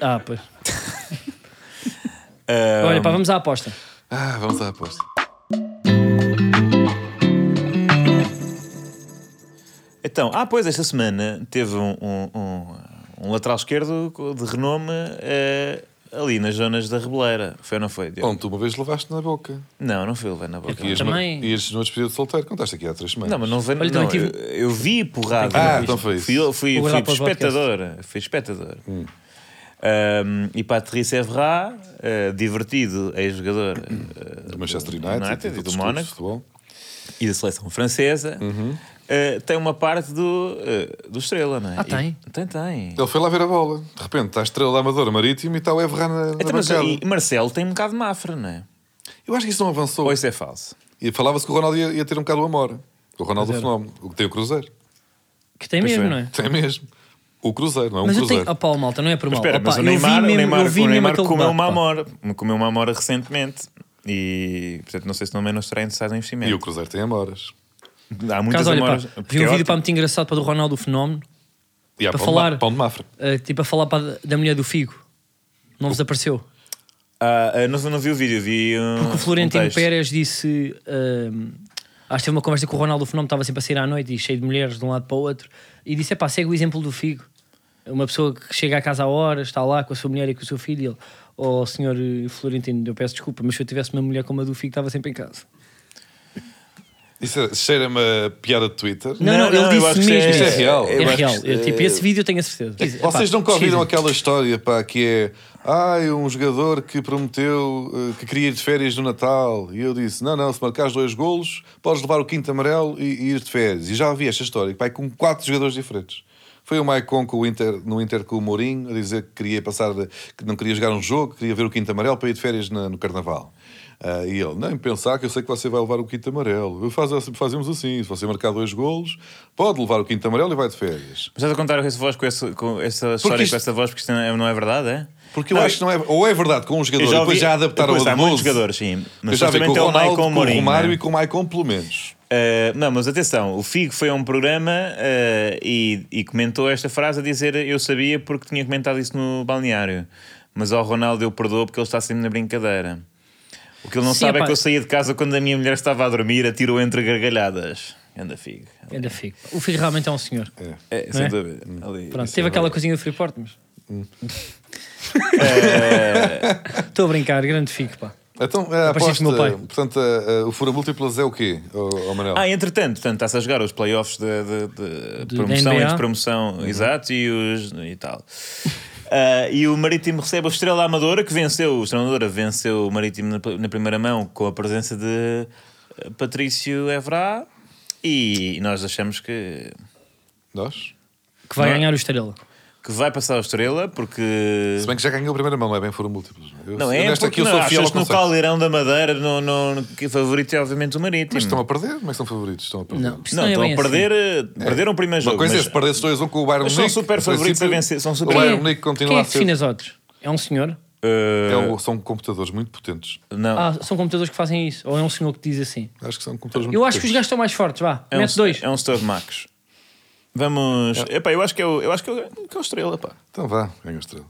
S1: Ah, pois.
S2: Ah, Eh, Um,
S1: Olha, pá, vamos à aposta.
S3: Ah, vamos à aposta.
S2: Então, ah, pois, esta semana teve um, um, um- um lateral esquerdo de renome eh, ali nas zonas da Rebeleira. Foi ou não foi? Diogo?
S3: Onde tu uma vez levaste na boca.
S2: Não, não foi o Levan na boca.
S3: Ias,
S1: Também-
S3: no, ias numa despedida de solteiro, contaste aqui há três semanas.
S2: Não, mas não veio.
S1: Olha,
S2: não,
S1: também
S2: eu, eu vi porrada.
S3: Ah, então foi isso. Hum.
S2: Fui, eu- fui,
S1: Vou
S2: fui
S1: guardar para o
S2: espectador. Fui espectador. Um, e Patrice Evra, eh, divertido, ex-jogador eh,
S3: Do Manchester United,
S2: United e do
S3: do
S2: Mónaco.
S3: Futebol.
S2: e da seleção francesa,
S3: Uhum.
S2: eh, tem uma parte do, eh, do Estrela, não é?
S1: Ah, tem?
S2: E- tem, tem.
S3: Ele foi lá ver a bola. De repente está a estrela da Amadora Marítimo e está o Evra na, na
S2: Então, mas,
S3: bancada.
S2: e Marcelo tem um bocado de mafra, não é?
S3: Eu acho que isso não avançou.
S2: Ou isso é falso?
S3: E falava-se que o Ronaldo ia, ia ter um bocado o amor. O Ronaldo é o fenómeno. O que tem o Cruzeiro.
S1: Que tem
S2: Pois
S1: mesmo,
S2: é.
S1: não é?
S3: Tem mesmo. O Cruzeiro, não é um
S1: Mas eu
S3: Cruzeiro.
S1: tenho. Opa, oh, malta, não é por mal.
S2: Mas espera,
S1: Opa,
S2: mas o
S1: eu vi
S2: Neymar, o
S1: mesmo-
S2: Neymar,
S1: eu vi
S2: o
S1: mesmo
S2: Neymar
S1: aquele
S2: comeu
S1: debate,
S2: uma
S1: pá.
S2: amora. Comeu uma amora recentemente. E, portanto, não sei se também não estará interessado em investimento.
S3: E o Cruzeiro tem amoras.
S2: Há muitas
S1: Caso, olha,
S2: amoras.
S1: pá, vi
S2: porque
S1: um
S2: é
S1: vídeo
S2: ótimo.
S1: para muito engraçado para do Ronaldo o Fenómeno,
S3: E há
S1: Para
S3: pão
S1: falar-
S3: De, ma- pão de Mafra.
S1: eh, tipo a falar para a- da mulher do Figo. Não vos apareceu?
S2: Ah, ah, não, não vi o vídeo, vi um.
S1: Porque o Florentino
S2: um texto.
S1: Pérez disse. ehm, acho que teve uma conversa com o Ronaldo Fenómeno, estava sempre a sair à noite e cheio de mulheres de um lado para o outro. E disse: é pá, segue o exemplo do Figo. Uma pessoa que chega à casa à hora, está lá com a sua mulher e com o seu filho. E ele, oh, senhor eh, Florentino, eu peço desculpa, mas se eu tivesse uma mulher como a do Figo, estava sempre em casa.
S3: Isso é- cheira-me a piada de Twitter.
S1: Não, não,
S2: eu
S1: ele
S2: acho
S1: disse
S2: que
S1: mesmo.
S3: Isto é real.
S1: É
S2: eu acho
S1: real.
S2: que-
S1: Eu, tipo, esse vídeo eu tenho a certeza.
S3: Vocês
S1: Epá,
S3: nunca ouviram
S1: pesquisem.
S3: aquela história pá, que é ai, um jogador que prometeu eh, que queria ir de férias no Natal e eu disse: não, não, se marcares dois golos, podes levar o quinto amarelo e, e ir de férias. E já ouvi esta história pá, com quatro jogadores diferentes. Foi o Maicon com o Inter, no Inter com o Mourinho a dizer que queria passar, de- que não queria jogar um jogo, queria ver o quinto amarelo para ir de férias na- no Carnaval. Ah, e ele, nem pensar que eu sei que você vai levar o quinto amarelo. Faz- fazemos assim: se você marcar dois golos, pode levar o quinto amarelo e vai de férias.
S2: Mas estás a contar essa voz com essa, com essa história
S3: isto-
S2: com essa voz porque isto não é, não é verdade, é?
S3: Porque eu acho que não é. Ou é verdade com um jogador,
S2: eu já
S3: já depois
S2: ouvi-
S3: já adaptaram
S2: depois
S3: ao
S2: há
S3: de 12.
S2: muitos jogadores, sim. Mas
S3: eu já vi com o
S2: justamente é o
S3: Ronaldo,
S2: Maicon
S3: com o
S2: Mourinho,
S3: Romário
S2: né?
S3: e com o Maicon, pelo menos.
S2: Ah, não, mas atenção, o Figo foi a um programa ah, e, e comentou esta frase a dizer eu sabia porque tinha comentado isso no balneário. Mas ao Ronaldo eu perdoo porque ele está sempre na brincadeira. O que ele não
S1: Sim,
S2: sabe é
S1: epá.
S2: que eu saía de casa quando a minha mulher estava a dormir, atirou entre gargalhadas. Anda Figo.
S1: Ainda fico. O Figo realmente é um senhor.
S2: É,
S1: Não
S2: sem
S1: é?
S2: dúvida. Ali,
S1: Pronto,
S2: isso
S1: teve aquela
S2: é verdade.
S1: coisinha do Freeport, mas. Estou a brincar, grande fico, pá.
S3: Então, a
S1: parecia
S3: aposta,
S1: com o meu pai.
S3: portanto, a- a- o Fura Múltiplas é o quê, oh, Manel?
S2: Ah, entretanto, portanto, está-se a jogar os playoffs de, de- de
S1: De- da
S2: promoção
S1: NBA.
S2: e de promoção, exato, e, os, e tal. Ah, e o Marítimo recebe o Estrela Amadora, que venceu, o Estrela Amadora venceu o Marítimo na, na primeira mão com a presença de eh, Patrício Evra e nós achamos que,
S3: Nós?
S1: Que vai
S2: Não é?
S1: ganhar o Estrela.
S2: que vai passar o Estrela, porque...
S3: Se bem que já ganhou a primeira mão, não é bem Fura Múltiplas. Eu,
S2: Não é,
S3: nesta aqui
S2: porque
S3: eu
S2: não,
S3: sou fiel
S2: achas
S3: ao
S2: que no
S3: conceito.
S2: caldeirão da Madeira no, no, no- que favorito é obviamente o Marítimo.
S3: Mas estão a perder? Como é que são favoritos? Estão a perder.
S1: Não, isto
S2: não,
S1: não, é
S2: estão
S1: bem
S2: a
S1: assim.
S2: perder, eh, perderam o primeiro jogo.
S3: Uma coisa é
S2: mas-
S3: se perderes 2 um com o Bayern
S2: Mas
S3: Munique.
S2: são super
S3: no
S2: favoritos a
S3: princídio,
S2: vencer, são super-
S3: O Bayern
S1: Quem é-
S3: Munique
S1: Quem
S3: continua
S1: é
S3: a
S1: que define
S3: ser.
S1: as odds? É um senhor?
S2: Eh,
S3: É o- são computadores muito potentes.
S2: Não.
S1: Ah, são computadores que fazem isso. Ou é um senhor que diz assim?
S3: Acho que são computadores muito
S1: Eu acho que os
S3: potentes.
S1: gajos estão mais fortes, vá.
S2: é
S1: Mete
S2: um,
S1: dois.
S2: É um Stove Max. Vamos. Epá, eu acho que é o, eu acho que é o, que é o Estrela, pá.
S3: Então vá, ganha a estrela.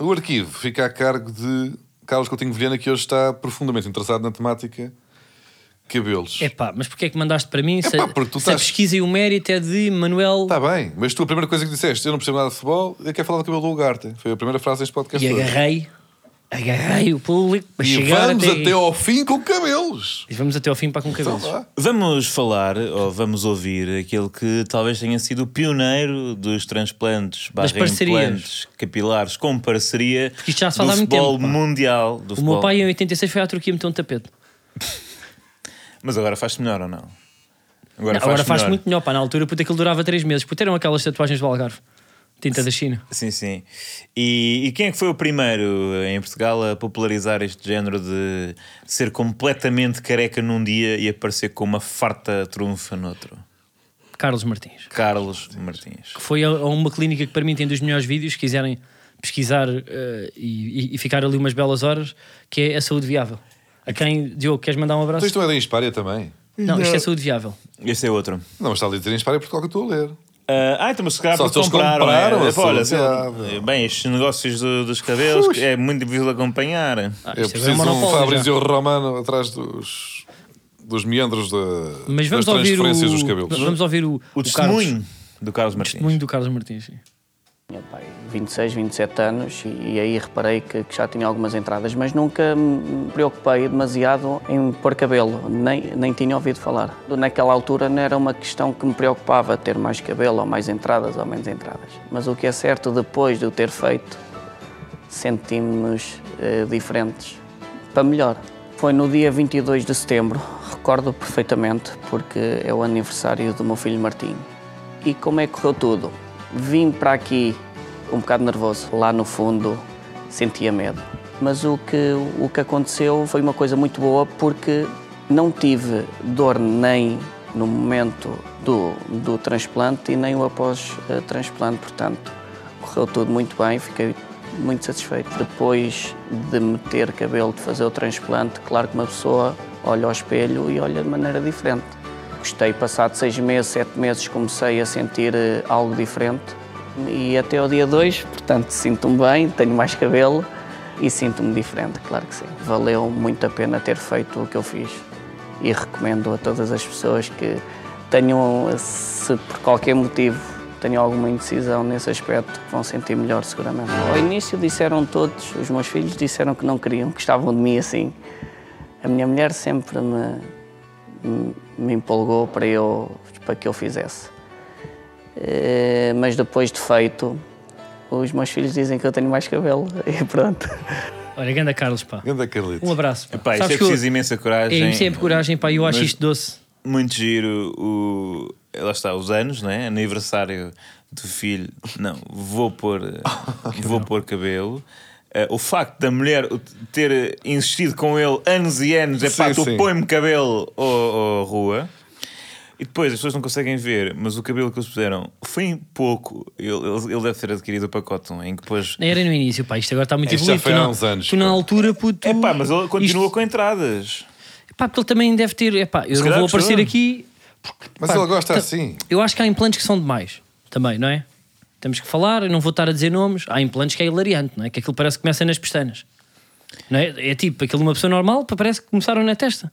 S3: O arquivo fica a cargo de Carlos Coutinho Vilhena, que hoje está profundamente interessado na temática cabelos.
S1: É pá, mas porquê é que mandaste para mim? se,
S3: Epá, porque tu
S1: se a
S3: estás- Tá,
S1: pesquisa e o mérito é de Manuel
S3: Está bem, mas tu a primeira coisa que disseste, eu não percebo nada de futebol, eu quero falar do cabelo do Ugarte. Foi a primeira frase deste podcast.
S1: e
S3: todo.
S1: agarrei, agarrei o público para
S3: E
S1: chegar
S3: vamos
S1: até,
S3: até... ao fim com cabelos.
S1: E vamos até ao fim para com cabelos.
S3: Então vá.
S2: Vamos falar, ou vamos ouvir, aquele que talvez tenha sido o pioneiro dos transplantes barra
S1: parcerias.
S2: implantes capilares com parceria
S1: Porque isto já se faz
S2: do
S1: há muito
S2: futebol
S1: tempo, pá.
S2: mundial. Do
S1: o
S2: futebol.
S1: meu pai em 86 foi à Turquia meter um tapete.
S2: Mas agora faz-se melhor ou não? Agora,
S1: Não, Agora faz
S2: melhor.
S1: muito melhor, pá, na altura, puta, aquilo durava 3 meses. Puta, eram aquelas tatuagens do Algarve, tinta da China.
S2: Sim, sim. E, e quem é que foi o primeiro eh, em Portugal a popularizar este género de ser completamente careca num dia e aparecer com uma farta trunfa noutro?
S1: Carlos Martins.
S2: Carlos Martins.
S1: Que foi a, a uma clínica que para mim tem dos melhores vídeos, se quiserem pesquisar eh, e, e- e ficar ali umas belas horas, que é a saúde viável. A quem, Diogo, queres mandar um
S3: Então
S1: abraço?
S3: isto não é da Inspária também?
S1: Não, isto é saúde viável.
S2: Este é outro.
S3: Não, mas está ali a dizer Inspária Portugal é que eu estou a ler.
S2: Ah, Ah, ah, então, mas se calhar
S3: Só
S2: porque
S3: se eles
S2: compraram.
S3: compraram,
S2: é,
S3: se
S2: olha,
S3: eles-
S2: sei lá,
S3: Ah,
S2: bem, estes negócios do- dos cabelos que é muito difícil acompanhar.
S1: Ah,
S3: Eu
S1: isto agora é
S3: preciso de um
S1: monopólio já.
S3: Fabrizio Romano atrás dos, dos meandros da,
S1: Mas vamos
S3: das
S1: ouvir o,
S3: transferências dos cabelos.
S1: vamos ouvir o,
S2: O,
S1: Carlos-
S2: testemunho do Carlos
S1: o
S2: Martins.
S1: testemunho do Carlos Martins. sim.
S6: Tinha pai, 26, 27 anos e, e aí reparei que, que já tinha algumas entradas, mas nunca me preocupei demasiado em pôr cabelo, nem, nem tinha ouvido falar. Naquela altura não era uma questão que me preocupava ter mais cabelo ou mais entradas ou menos entradas. Mas o que é certo, depois de o ter feito, sentimos-nos eh, diferentes para melhor. Foi no dia 22 de setembro, recordo perfeitamente, porque é o aniversário do meu filho Martim. E como é que correu tudo? Vim para aqui um bocado nervoso, lá no fundo sentia medo. Mas o que, o que aconteceu foi uma coisa muito boa, porque não tive dor nem no momento do, do transplante e nem o após eh, transplante, portanto correu tudo muito bem, fiquei muito satisfeito. Depois de meter cabelo, de fazer o transplante, claro que uma pessoa olha ao espelho e olha de maneira diferente. Gostei, passado seis meses, sete meses, comecei a sentir eh, algo diferente e até ao dia 2, portanto, sinto-me bem, tenho mais cabelo e sinto-me diferente, claro que sim. Valeu muito a pena ter feito o que eu fiz e recomendo a todas as pessoas que tenham, se por qualquer motivo tenham alguma indecisão nesse aspecto, vão sentir melhor seguramente. Ao início disseram todos, os meus filhos disseram que não queriam, que estavam de mim assim. A minha mulher sempre me, me- me empolgou para, eu, para que eu fizesse. Eh, Mas depois de feito, os meus filhos dizem que eu tenho mais cabelo e pronto.
S1: Olha, ganda Carlos, pá.
S3: Ganda Carlitos.
S1: Um abraço. Pá.
S2: Pá, isso é
S1: Sabes que eu-
S2: preciso imensa coragem.
S1: É sempre coragem, pá. e Eu acho
S2: Mas-
S1: isto doce.
S2: Muito giro o. Lá está, os anos, não é? Aniversário do filho. Não, vou pôr. vou pôr cabelo. Eh, o facto da mulher o- ter insistido com ele anos e anos é pá,
S3: Sim,
S2: tu
S3: sim.
S2: põe-me cabelo ou, ou rua. E depois as pessoas não conseguem ver, mas o cabelo que eles puseram foi em pouco. Ele, ele- ele deve ter adquirido o pacote um, em que depois.
S1: Era no início, pá. Isto agora está muito
S3: Isto
S1: evoluído.
S3: já foi
S1: Tu
S3: há
S1: na-
S3: uns anos,
S1: Tu na
S3: pá.
S1: altura, puto.
S2: É pá, mas ele continua
S1: isto-
S2: com entradas.
S1: Pá, porque ele também deve ter. É pá, eu não
S2: calhar
S1: vou
S2: gostou.
S1: aparecer aqui. porque,
S3: Mas ele gosta
S1: ta-
S3: assim.
S1: Eu acho que há implantes que são demais também, não é? Temos que falar, eu não vou estar a dizer nomes. Há implantes que é hilariante, não é? Que aquilo parece que começa nas pestanas. Não é? é tipo, aquilo de uma pessoa normal pá, parece que começaram na testa.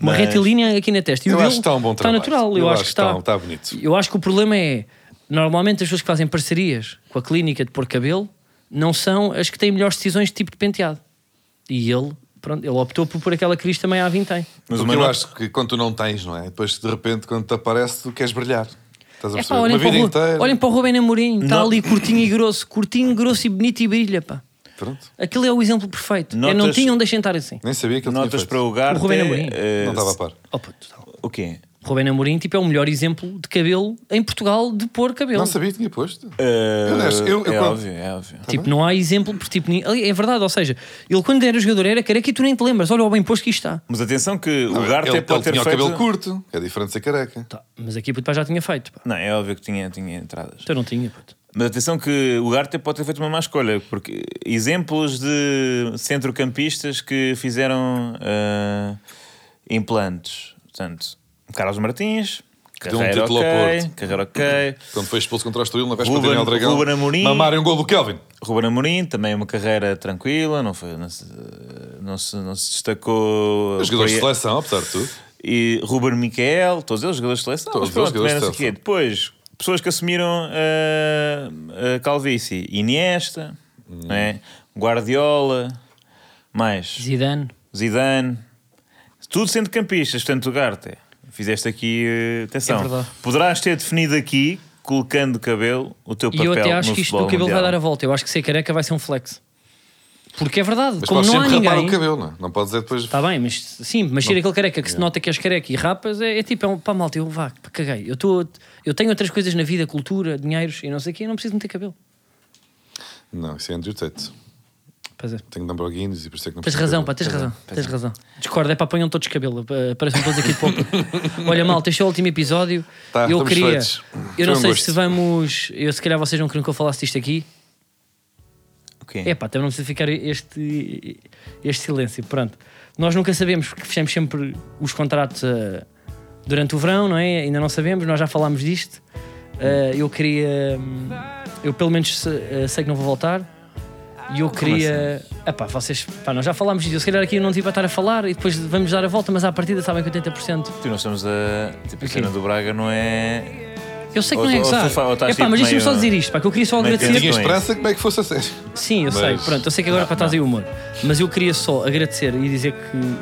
S1: Uma
S2: Mas-
S1: retilínea aqui na testa. E
S3: Eu
S1: o dele
S3: acho que está um bom
S1: está
S3: trabalho.
S1: natural, eu, acho que está.
S3: um- está bonito.
S1: Eu acho que o problema é, normalmente as pessoas que fazem parcerias com a clínica de pôr cabelo não são as que têm melhores decisões de tipo de penteado. E ele, pronto, ele optou por pôr aquela Cris também à vintém.
S2: Mas
S3: Porque
S2: uma
S3: eu
S2: nota-
S3: acho que quando tu não tens, não é? Depois de repente, quando te aparece, tu queres brilhar. Estás a
S1: É
S3: perceber?
S1: pá, olhem,
S3: Uma
S1: para o,
S3: vida
S1: Ru-
S3: inteira.
S1: olhem para o Rubén Amorim, está
S2: Não-
S1: ali curtinho e grosso, curtinho, grosso e bonito e brilha, pá.
S3: Pronto.
S1: Aquilo é o exemplo perfeito. É, não
S2: Notas-
S1: tinham, deixem estar assim.
S3: Nem sabia que ele
S2: Notas
S3: tinha feito.
S2: para o Garte.
S1: O é Ruben Amorim.
S2: eh,
S3: Não estava a par.
S1: Oh, puto, tal.
S2: O quê?
S1: Rubén Amorim tipo, é o melhor exemplo de cabelo em Portugal de pôr cabelo.
S3: Não sabia que tinha posto.
S2: Eh,
S3: Eu deixo- eu- eu
S2: é
S3: quando-
S2: óbvio, é óbvio.
S1: Tipo, não há exemplo, porque tipo, ni- é verdade, ou seja, ele quando era jogador era careca e tu nem te lembras, olha o bem posto que isto está.
S2: Mas atenção que
S3: Não,
S2: o Garte
S3: ele,
S2: pode
S3: ele
S2: é ter
S3: tinha
S2: feito...
S3: o cabelo curto. É diferente de ser careca.
S1: Tá, mas aqui puto, pá, já tinha feito, pá.
S2: Não, é óbvio que tinha, tinha entradas.
S1: Então não tinha, puto.
S2: Mas atenção que o Garte pode ter feito uma má escolha, porque exemplos de centrocampistas que fizeram ah, implantes. Portanto, Carlos Martins,
S3: deu um
S2: carreira
S3: título ao
S2: ok,
S3: Porto.
S2: carreira ok,
S3: Quando foi expulso contra o Estoril na véspera
S2: Ruben-
S3: do Daniel Dragão.
S2: Ruben Amorim.
S3: Mamarem um gol do Kelvin.
S2: Ruben Amorim, também uma carreira tranquila, não, foi, não, se, não, se, não se destacou...
S3: Os jogadores de
S2: Foi-
S3: seleção, apesar de tudo.
S2: e Ruben Miquel, todos eles jogadores de seleção.
S3: Todos
S2: mas pronto,
S3: eles jogadores
S2: também
S3: de
S2: não sei o quê.
S3: seleção.
S2: Depois, pessoas que assumiram ah, a calvície. Iniesta,
S3: Hum.
S2: não é? Guardiola, mais
S1: Zidane,
S2: Zidane. Tudo sendo campistas, portanto, Garte, fizeste aqui... eh,
S1: É
S2: atenção,
S1: verdade.
S2: poderás ter definido aqui, colocando cabelo, o teu
S1: e
S2: papel
S1: eu até acho
S2: no
S1: que isto do
S2: futebol
S1: cabelo vai
S2: mundial.
S1: dar a volta. Eu acho que ser careca vai ser um flex. Porque é verdade,
S3: Mas
S1: como
S3: podes
S1: não há
S3: sempre rapar o
S1: ninguém.
S3: cabelo, não é? Não podes dizer depois.
S1: Está Tá bem, mas sim, mas ser aquele careca que se nota que és careca e rapas é, é tipo, é um pá, malta, eu vá, pá, caguei. Eu, tô, eu tenho outras coisas na vida, cultura, dinheiros e não sei o quê, eu não preciso meter cabelo.
S3: Não, isso é Andrew Tate.
S1: Pois é.
S3: Tenho Lamborghinis e por isso é que não
S1: Tens
S3: preciso
S1: razão,
S3: de
S1: pá, tens razão,
S2: pois
S1: tens razão. Discordo, é para apanham todos cabelo, eh, aparecem todos aqui de pouco. Olha, malta, este é o último episódio.
S3: Tá,
S1: eu
S3: estamos
S1: queria.
S3: feitos.
S1: Eu
S3: Foi
S1: não
S3: um
S1: sei
S3: gosto.
S1: se vamos. Eu se calhar vocês não queriam que eu falasse disto aqui.
S2: O quê?
S1: É pá, também não precisa ficar este, este silêncio. Pronto, nós nunca sabemos, porque fechamos sempre os contratos eh, durante o verão, não é? Ainda não sabemos, nós já falámos disto. eh, eu queria. hum, Eu pelo menos se- eh, sei que não vou voltar. E eu queria.
S2: assim?
S1: Epá, vocês. Pá, nós já falámos disso. Eu se calhar aqui não tive a estar a falar e depois vamos dar a volta, mas à partida sabem que 80%.
S2: Tu, nós estamos a. Tipo, a
S1: Aqui.
S2: cena do Braga não é.
S1: Eu sei que
S2: Ou-
S1: não é
S2: ou
S1: exato.
S2: tu fa- ou estás
S1: Epá, mas
S2: tipo
S1: deixa-me só
S2: meio-
S1: dizer isto, pá, que eu queria só
S2: meio
S1: agradecer.
S2: Não
S3: Tinha
S2: é
S3: esperança que bem que fosse a sério.
S1: Sim, eu sei.
S3: Mas-
S1: Pronto, eu sei que agora
S2: Não,
S1: para estás
S2: não.
S1: aí o humor. Mas eu queria só agradecer e dizer que.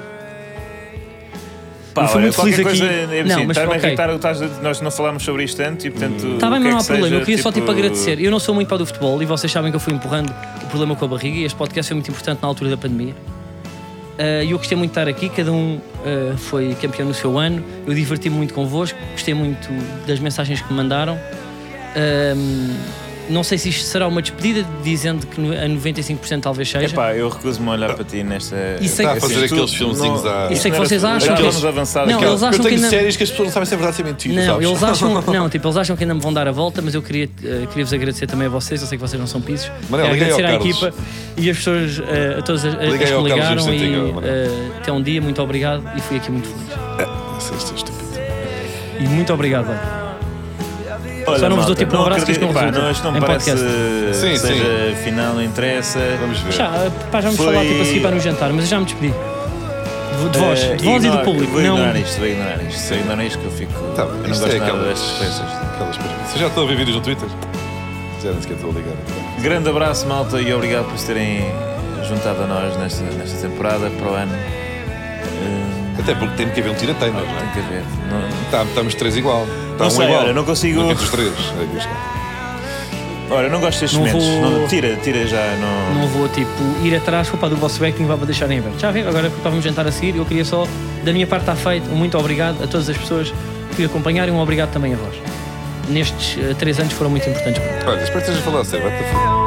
S2: Pá,
S1: Eu fui
S2: olha,
S1: muito feliz
S2: qualquer
S1: aqui.
S2: coisa. É
S1: Não,
S2: assim,
S1: mas
S2: estar-me a
S1: ok.
S2: irritar, estás- nós não falámos sobre isto antes e, portanto.
S1: Está bem,
S2: o que
S1: mas
S2: é
S1: não há
S2: que
S1: problema.
S2: seja,
S1: eu queria só tipo agradecer. Eu não sou muito para do futebol e vocês sabem que eu fui empurrando o problema com a barriga e este podcast foi muito importante na altura da pandemia. Ah, E eu gostei muito de estar aqui, cada um ah, foi campeão no seu ano. Eu diverti-me muito convosco, gostei muito das mensagens que me mandaram. Ahm, não sei se isto será uma despedida dizendo que no- a 95% talvez seja.
S2: Epá, eu recuso-me a olhar para ti nesta.
S1: E sei- Está a
S3: fazer
S2: Assim,
S3: aqueles
S2: tu-
S3: filmezinhos
S2: não-
S3: à-
S1: E sei que
S2: não era-
S1: vocês
S2: já
S1: acham que-
S2: estamos avançados.
S1: Não,
S2: aquela-
S1: eles acham
S3: eu
S1: que
S3: tenho
S1: ainda-
S3: séries que as pessoas não sabem se é verdade ou se é mentira.
S1: Não,
S3: sabes?
S1: eles acham, não, tipo, eles acham que ainda me vão dar a volta, mas eu queria, eh, queria vos agradecer também a vocês, eu sei que vocês não são pisos.
S3: Manel,
S1: Quero
S3: liguei ao
S1: agradecer à
S3: Carlos.
S1: equipa e as pessoas, eh, a todas as, as
S3: Liguei
S1: que
S3: ao
S1: me
S3: Carlos
S1: ligaram e
S3: Vicentinho, Manel.
S1: eh, até um dia, muito obrigado e fui aqui muito feliz.
S3: Isso, isso, É, isto.
S1: E muito obrigado. Walter.
S2: Olha,
S1: Só não vos dou
S2: malta,
S1: tipo um abraço que isto não
S2: acredito- pá,
S1: resulta
S2: não, isto não
S1: em
S2: me parece
S1: podcast.
S2: que
S3: Sim,
S2: seja final, não interessa.
S3: Vamos ver.
S1: Já, eh, pá, já vamos
S2: Foi-
S1: falar tipo a seguir para no jantar, mas eu já me despedi. De, de vós,
S2: Eh,
S1: de vós e do
S2: ignora-
S1: público.
S2: Vou ignorar
S1: Não,
S2: isto, vou ignorar isto. Vou ignorar isto que eu fico.
S3: Tá,
S2: eu não
S3: isto
S2: gosto
S3: é
S2: nada
S3: aquelas-
S2: destas coisas.
S3: Aquelas coisas. Vocês já estão a ver vídeos no Twitter? Já nem sequer estou a ligar.
S2: Grande abraço, malta, e obrigado por se terem juntado a nós nesta, nesta temporada, para o ano. Eh,
S3: Até porque tem que haver um tiroteio, não é?
S2: tem que haver. Não,
S3: Tá, estamos três igual. Tá
S2: Não
S3: um
S2: sei,
S3: igual.
S2: olha, não consigo-
S3: Não dos três. É isto.
S2: olha, não gosto destes
S1: Não
S2: momentos.
S1: vou-
S2: Não, tira, tira já. Não,
S1: não vou tipo ir atrás, culpa do vosso backing, vai para deixarem aberto. Já viu? Agora estávamos a jantar a seguir, eu queria só, da minha parte está feito, um muito obrigado a todas as pessoas que acompanharam e um obrigado também a vós. Nestes eh, três anos foram muito importantes para mim.
S3: Olha, espero que estejas a falar sério. Vai-te a foder.